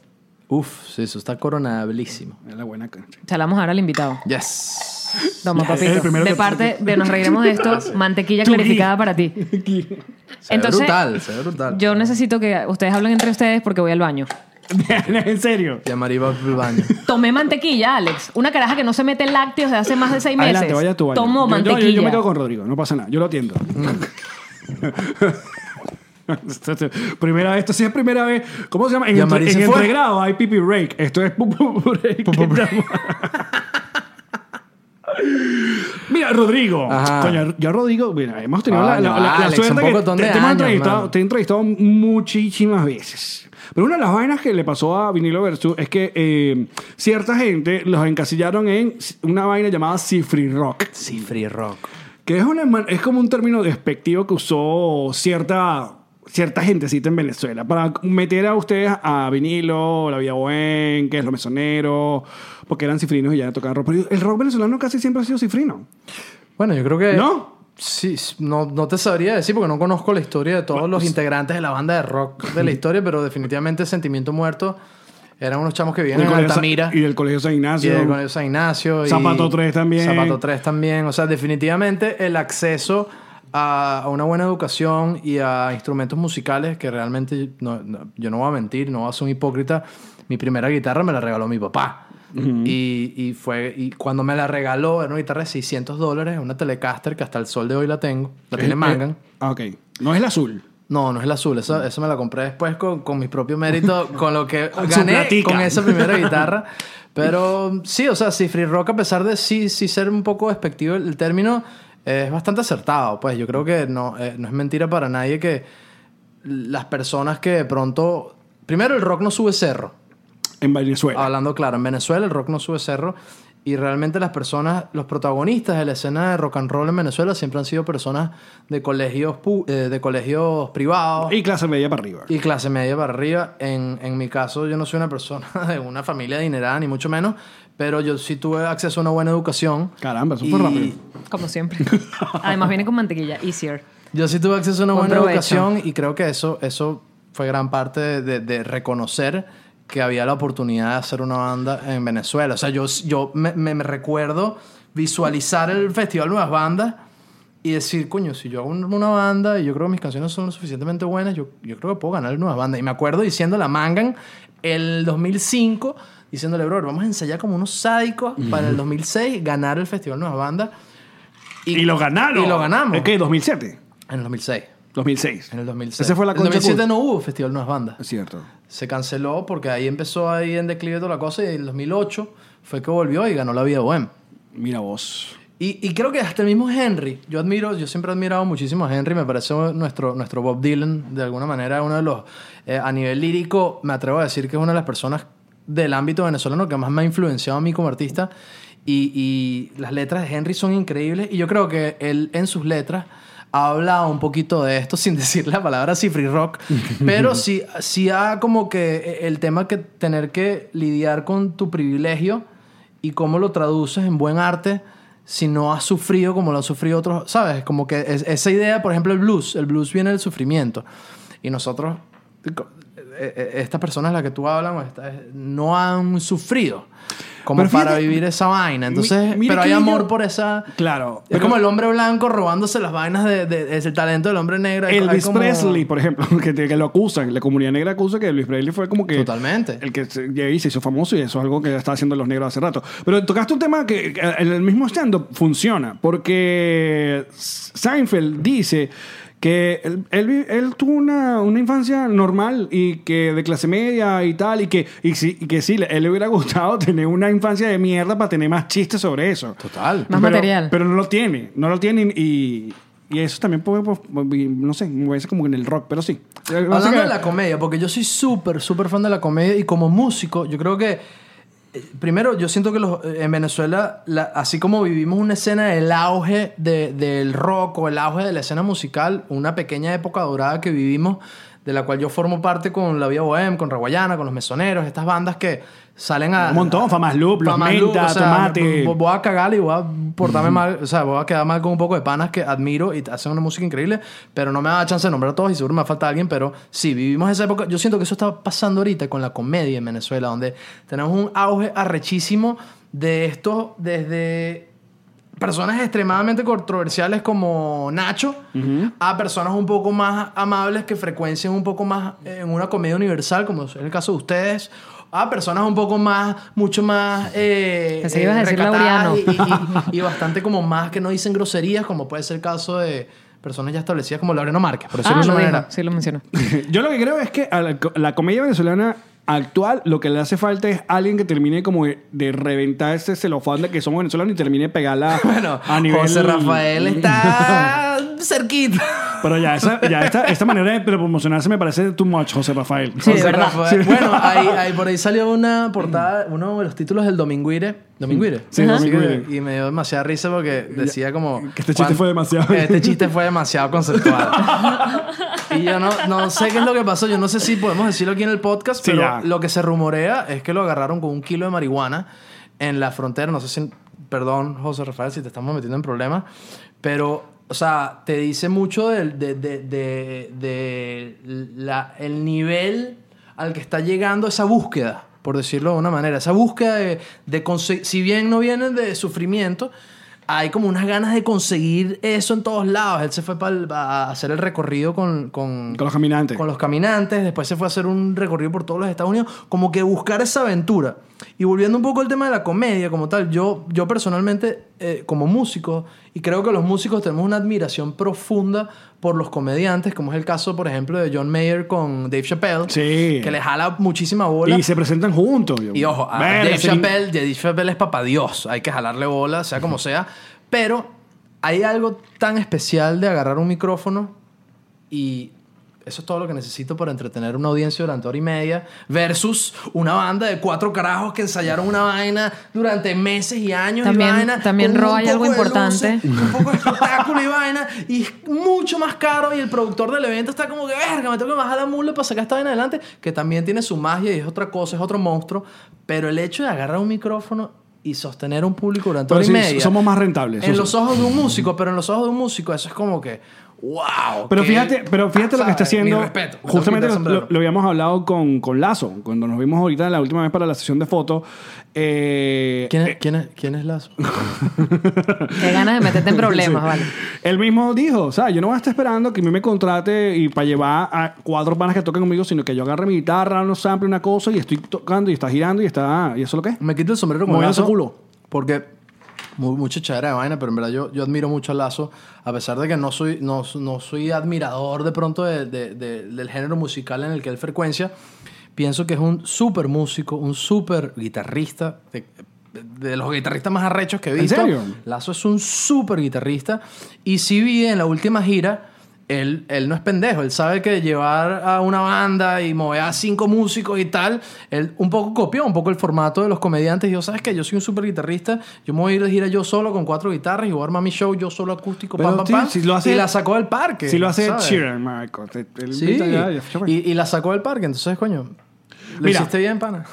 C: Uf, sí, eso está coronabilísimo.
A: Es la buena cancha.
B: Chalamos ahora al invitado.
C: Yes.
B: Toma,
A: Es el
B: papito.
A: primero
B: De
A: que-
B: parte de Nos Reiremos de Esto, mantequilla
A: Turí.
B: clarificada para ti.
C: Se ve
B: Entonces,
C: brutal, se ve brutal.
B: Yo necesito que ustedes hablen entre ustedes porque voy al baño.
A: en serio.
C: Ya María va al baño.
B: Tomé mantequilla, Alex. Una caraja que no se mete lácteos de hace más de seis meses.
A: Adelante, vaya a tu baño. Yo-
B: Tomó
A: yo- yo-
B: mantequilla.
A: Yo, me quedo con Rodrigo, no pasa nada, yo lo atiendo. primera vez, esto sí es primera vez. ¿Cómo se llama? En,
C: Ya
A: entre,
C: Marí
A: en
C: se fue.
A: entregrado hay pipi break. Esto es pu- pu- break. Mira, Rodrigo.
C: Ajá.
A: Coño, yo Rodrigo, mira, hemos tenido la-
C: Coño,
A: la, la- la
C: Alex, un
A: suerte que
C: pocotón
A: te,
C: de
A: te hemos
C: años,
A: entrevistado,
C: mano.
A: te he entrevistado muchísimas veces. Pero una de las vainas que le pasó a Vinilo Versus es que eh, cierta gente los encasillaron en una vaina llamada Cifri Rock.
C: Sí, free rock.
A: Que es, una, man- es como un término despectivo que usó cierta cierta gentecita en Venezuela para meter a ustedes a vinilo, la Vía Buen, que es los mesoneros, porque eran cifrinos y ya tocaban rock. Pero el rock venezolano casi siempre ha sido cifrino.
C: Bueno, yo creo que.
A: ¿No?
C: Sí, s- no, no te sabría decir porque no conozco la historia de todos los
A: pues,
C: integrantes de la banda de rock de la historia, pero definitivamente Sentimiento Muerto eran unos chamos que vivían en
A: Colegio Sa-
C: Altamira.
A: y del Colegio San
C: Y
A: Ignacio.
C: el Colegio San Ignacio. y-
A: Zapato tres también.
C: Zapato 3 también. O sea, definitivamente el acceso a, a una buena educación y a instrumentos musicales que realmente, no- no- yo no voy a mentir, no voy a ser un hipócrita. Mi primera guitarra me la regaló mi papá. y, y fue y cuando me la regaló era una guitarra de 600 dólares, una Telecaster que hasta el sol de hoy la tengo. La tiene
A: Eh,
C: Mangan.
A: eh, ah, ok. No es el azul.
C: No, no es la azul. Esa, esa me la compré después con, con mi propio mérito, con lo que
A: Con su
C: gané
A: platica.
C: con esa primera guitarra. Pero sí, o sea, si Free Rock, a pesar de sí, sí ser un poco despectivo el, el término, eh, es bastante acertado. Pues yo creo que no, eh, no es mentira para nadie que las personas que de pronto... Primero, el rock no sube cerro.
A: En Venezuela.
C: Hablando claro, en Venezuela el rock no sube cerro y realmente las personas, los protagonistas de la escena de rock and roll en Venezuela siempre han sido personas de colegios, pu- eh, de colegios privados
A: Y clase media para arriba.
C: y clase media para arriba. En, en mi caso yo no soy una persona de una familia adinerada ni mucho menos, pero yo sí tuve acceso a una buena educación.
A: Caramba, eso
C: Y
A: fue rápido.
B: Como siempre. Además viene con mantequilla, easier.
C: Yo sí tuve acceso a una
B: Buen
C: buena
B: provecho.
C: educación y creo que eso, eso fue gran parte de, de- de reconocer que había la oportunidad de hacer una banda en Venezuela. O sea, yo, yo me, me- me recuerdo visualizar el Festival Nuevas Bandas y decir, coño, si yo hago un- una banda y yo creo que mis canciones son lo suficientemente buenas, yo, yo creo que puedo ganar Nuevas Bandas. Y me acuerdo diciendo a la Mangan el 2005, diciéndole, bro, vamos a ensayar como unos sádicos para el 2006 ganar el Festival Nuevas Bandas.
A: Y, lo ganaron.
C: Y lo ganamos.
A: ¿Es que 2007?
C: En el 2006.
A: 2006.
C: En el 2006.
A: Esa fue la
C: En
A: concha
C: 2007
A: cool.
C: no hubo Festival Nuevas Bandas.
A: Es cierto.
C: Se canceló porque ahí empezó ahí en declive toda la cosa y en el 2008 fue que volvió y ganó la Vida Bohem.
A: Mira vos.
C: Y, y creo que hasta el mismo Henry, yo admiro, yo siempre he admirado muchísimo a Henry, me parece nuestro, nuestro Bob Dylan, de alguna manera, uno de los, eh, a nivel lírico, me atrevo a decir que es una de las personas del ámbito venezolano que más me ha influenciado a mí como artista. Y, y las letras de Henry son increíbles y yo creo que él en sus letras habla un poquito de esto sin decir la palabra cifri rock, pero sí, sí ha como que eh, el tema que tener que lidiar con tu privilegio y cómo lo traduces en buen arte si no has sufrido como lo han sufrido otros, ¿sabes? Como que es- esa idea, por ejemplo, el blues, el blues viene del sufrimiento y nosotros, co- eh, eh, estas personas a las que tú hablas o estas, no han sufrido como
A: Pero fíjate-
C: para vivir esa vaina, entonces,
A: Mi- mira
C: pero hay
A: que
C: amor
A: yo-
C: por esa...
A: Claro.
C: Es como el hombre blanco robándose las vainas de, de- es el talento del hombre negro. Hay- hay
A: Elvis
C: como-
A: Presley, por ejemplo, que, te- que lo acusan, la comunidad negra acusa que Elvis Presley fue como que.
C: Totalmente.
A: El que se, y ahí se hizo famoso y eso es algo que está haciendo los negros hace rato. Pero tocaste un tema que que en el mismo stand-up funciona, porque Seinfeld dice que él, él- él tuvo una, una infancia normal y que de clase media y tal, y que, y sí- y que sí, le- él le hubiera gustado tener una infancia de mierda para tener más chistes sobre eso.
C: Total.
B: Más
A: Pero-
B: material.
A: Pero no lo tiene, no lo tiene y, y eso también, puede, pues, no sé, me parece como en el rock, pero sí.
C: Hablando de la comedia, porque yo soy súper, súper fan de la comedia y como músico, yo creo que. eh, Primero, yo siento que los, eh, en Venezuela, la- así como vivimos una escena del auge de- del rock o el auge de la escena musical, una pequeña época dorada que vivimos, de la cual yo formo parte con La Vía Bohem, con Raguayana, con Los Mesoneros, estas bandas que salen a...
A: Un montón, Famas Loop, Los
C: Famas
A: Menta, Tomate. Mm.
C: vo- voy a cagar y voy a portarme mal, o sea, voy a quedar mal con un poco de panas que admiro y hacen una música increíble, pero no me da chance de nombrar a todos y seguro me va a faltar alguien, pero sí, vivimos esa época. Yo siento que eso está pasando ahorita con la comedia en Venezuela, donde tenemos un auge arrechísimo de esto desde personas extremadamente controversiales como Nacho a personas un poco más amables que frecuencian un poco más eh, en una comedia universal, como es el caso de ustedes. A personas un poco más, mucho más. Eh,
B: Pensé que ibas a decir
C: recatadas
B: Laureano.
C: y- y, y- y bastante como más que no dicen groserías, como puede ser el caso de personas ya establecidas como Laureano Márquez, por decirlo
B: Ah,
C: de
B: lo
C: una
B: dijo.
C: manera.
B: Sí, lo mencionó.
A: Yo lo que creo es que a la, co- la comedia venezolana actual lo que le hace falta es alguien que termine como de, de reventar ese celofán de que somos venezolanos y termine de pegarla
C: Bueno,
A: a nivel...
C: José Rafael está cerquita.
A: Pero ya, esa, ya esta, esta manera de promocionarse me parece too much, José Rafael.
B: Sí, de
C: José
B: verdad.
C: Rafael. Bueno, ahí, ahí por ahí salió una portada, uno de los títulos del Dominguire. Dominguire.
A: Mm. Sí,
C: Así
A: Dominguire.
C: que- Y me dio demasiada risa porque decía como...
A: Que este chiste
C: "Cuán-
A: fue demasiado".
C: Este chiste fue demasiado conceptual. y yo no, no sé qué es lo que pasó. Yo no sé si podemos decirlo aquí en el podcast,
A: Sí,
C: pero
A: ya.
C: lo que se rumorea es que lo agarraron con un kilo de marihuana en la frontera. No sé si... Perdón, José Rafael, si te estamos metiendo en problemas. Pero, o sea, te dice mucho del de, de- de- de la- el nivel al que está llegando esa búsqueda, por decirlo de una manera. Esa búsqueda de, de conse- Si bien no vienen de sufrimiento... Hay como unas ganas de conseguir eso en todos lados. Él se fue pa'l- a hacer el recorrido con,
A: Con los caminantes.
C: con los caminantes, después se fue a hacer un recorrido por todos los Estados Unidos, como que buscar esa aventura. Y volviendo un poco al tema de la comedia como tal, yo, yo personalmente, eh, como músico, y creo que los músicos tenemos una admiración profunda por los comediantes, como es el caso, por ejemplo, de John Mayer con Dave Chappelle,
A: Sí.
C: que le jala muchísima bola.
A: Y se presentan juntos. yo.
C: Y ojo, a
A: Verga,
C: Dave
A: ese-
C: Chappelle, Dave Chappelle es papá Dios. Hay que jalarle bola, sea como sea. Pero hay algo tan especial de agarrar un micrófono y eso es todo lo que necesito para entretener una audiencia durante hora y media versus una banda de cuatro carajos que ensayaron una vaina durante meses y años
B: También-
C: y vaina.
B: también
C: con un
B: Roa hay algo
C: poco de
B: importante.
C: luces, un poco de espectáculo y vaina y es mucho más caro y el productor del evento está como que verga me tengo que bajar la mula para sacar esta vaina adelante que también tiene su magia y es otra cosa es otro monstruo pero el hecho de agarrar un micrófono y sostener a un público durante
A: Pero
C: hora
A: sí,
C: y media
A: somos más rentables,
C: en
A: Suso.
C: los ojos de un músico pero en los ojos de un músico eso es como que wow
A: Pero
C: que-
A: fíjate, pero fíjate lo que está
C: ¿sabes? Ah, Mi
A: haciendo.
C: respeto. Me
A: justamente
C: tengo
A: lo,
C: que quitar el
A: lo- lo habíamos hablado con, con Lazo, cuando nos vimos ahorita la última vez para la sesión de fotos. Eh,
C: ¿Quién es, quién es, quién es Lazo?
B: Qué ganas de meterte en problemas, vale.
A: Él mismo dijo, o sea, yo no voy a estar esperando que a mí me contrate y para llevar a cuatro panas que toquen conmigo, sino que yo agarre mi guitarra, unos samples, una cosa y estoy tocando y está girando y está... ¿Y eso lo que es?
C: Me quito el sombrero con
A: Moviendo
C: Lazo.
A: su culo.
C: Porque mu- mucha chadera de vaina, pero en verdad yo, yo admiro mucho a Lazo, a pesar de que no soy, no, no soy admirador de pronto de- de- de- del género musical en el que él frecuencia. Pienso que es un súper músico, un súper guitarrista, de, de los guitarristas más arrechos que he
A: ¿En
C: visto.
A: serio?
C: Lazo es un súper guitarrista y si vi en la última gira, él, él no es pendejo, él sabe que llevar a una banda y mover a cinco músicos y tal, él un poco copió un poco el formato de los comediantes y yo, ¿sabes qué? Yo soy un súper guitarrista, yo me voy a ir de gira yo solo con cuatro guitarras y voy a armar mi show yo solo acústico,
A: Pero,
C: pam, pam,
A: tío,
C: pam,
A: si lo hace-
C: y la sacó del parque.
A: Si lo hace
C: ¿sabes?
A: Sheeran, marico. te- te-
C: Sí,
A: ya, ya, ya.
C: y, y la sacó del parque, entonces, coño, lo
A: Mira.
C: hiciste bien, pana.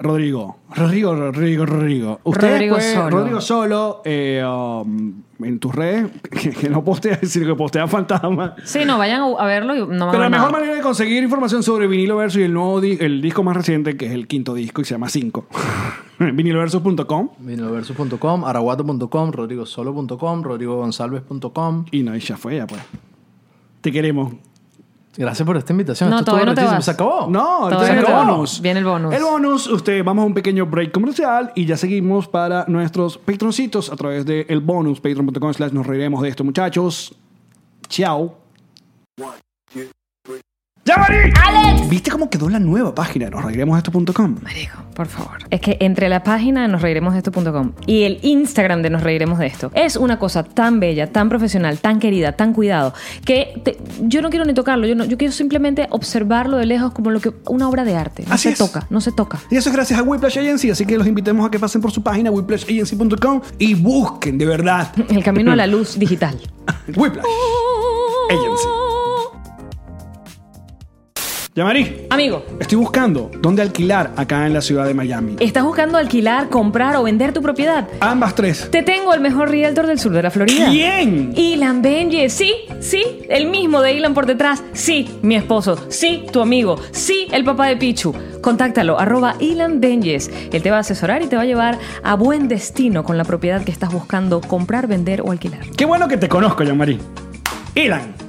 A: Rodrigo, Rodrigo, Rodrigo, Rodrigo. Ustedes,
B: Rodrigo
A: pues,
B: Solo.
A: Rodrigo Solo, eh, um, en tus redes, que, que no postea, sino que postea fantasma.
B: Sí, no, vayan a verlo y no van
A: Pero
B: a
A: la
B: ver
A: mejor
B: nada.
A: manera de conseguir información sobre Vinilo Versus y el nuevo di- el disco más reciente, que es el quinto disco y se llama 5. viniloversus.com
C: Vinilversus.com, araguato.com, rodrigosolo.com, rodrigogonsalves.com.
A: y no, y ya fue, ya pues. Te queremos.
C: Gracias por esta invitación.
B: No,
C: Esto
B: todavía no te
C: estuvo
B: vas.
C: gratísimo. Se acabó.
A: No, ahorita
B: Todavía
A: viene el
B: no.
A: bonus.
B: Viene el bonus.
A: El bonus, usted, vamos a un pequeño break comercial y ya seguimos para nuestros patroncitos a través del el bonus, patreon.com slash nos reiremos de esto, muchachos. Chao. ¡Ya, Mari! ¿Viste cómo quedó la nueva página? Nos reiremos de esto.com.
B: Marico, por favor. Es que entre la página de nosreiremosdeesto.com y el Instagram de Nos Reiremos de Esto, es una cosa tan bella, tan profesional, tan querida, tan cuidado, que te- yo no quiero ni tocarlo, yo, no, yo quiero simplemente observarlo de lejos como lo que una obra de arte. No
A: Así
B: se
A: es.
B: toca, no se toca.
A: Y eso es gracias a Whiplash Agency, así que los invitamos a que pasen por su página whiplashagency.com y busquen de verdad
B: El camino a la luz digital.
A: Whiplash Agency. Yamari,
B: Amigo,
A: estoy buscando dónde alquilar acá en la ciudad de Miami.
B: ¿estás buscando alquilar, comprar o vender tu propiedad?
A: Ambas tres.
B: Te tengo el mejor realtor del sur de la Florida.
A: ¿Quién?
B: Ilan Benje, sí, sí, el mismo de Ilan por detrás, sí, mi esposo, sí, tu amigo, sí, el papá de Pichu. Contáctalo, arroba Ilan Benjes. Él te va a asesorar y te va a llevar a buen destino con la propiedad que estás buscando comprar, vender o alquilar.
A: Qué bueno que te conozco, Yamari. Ilan,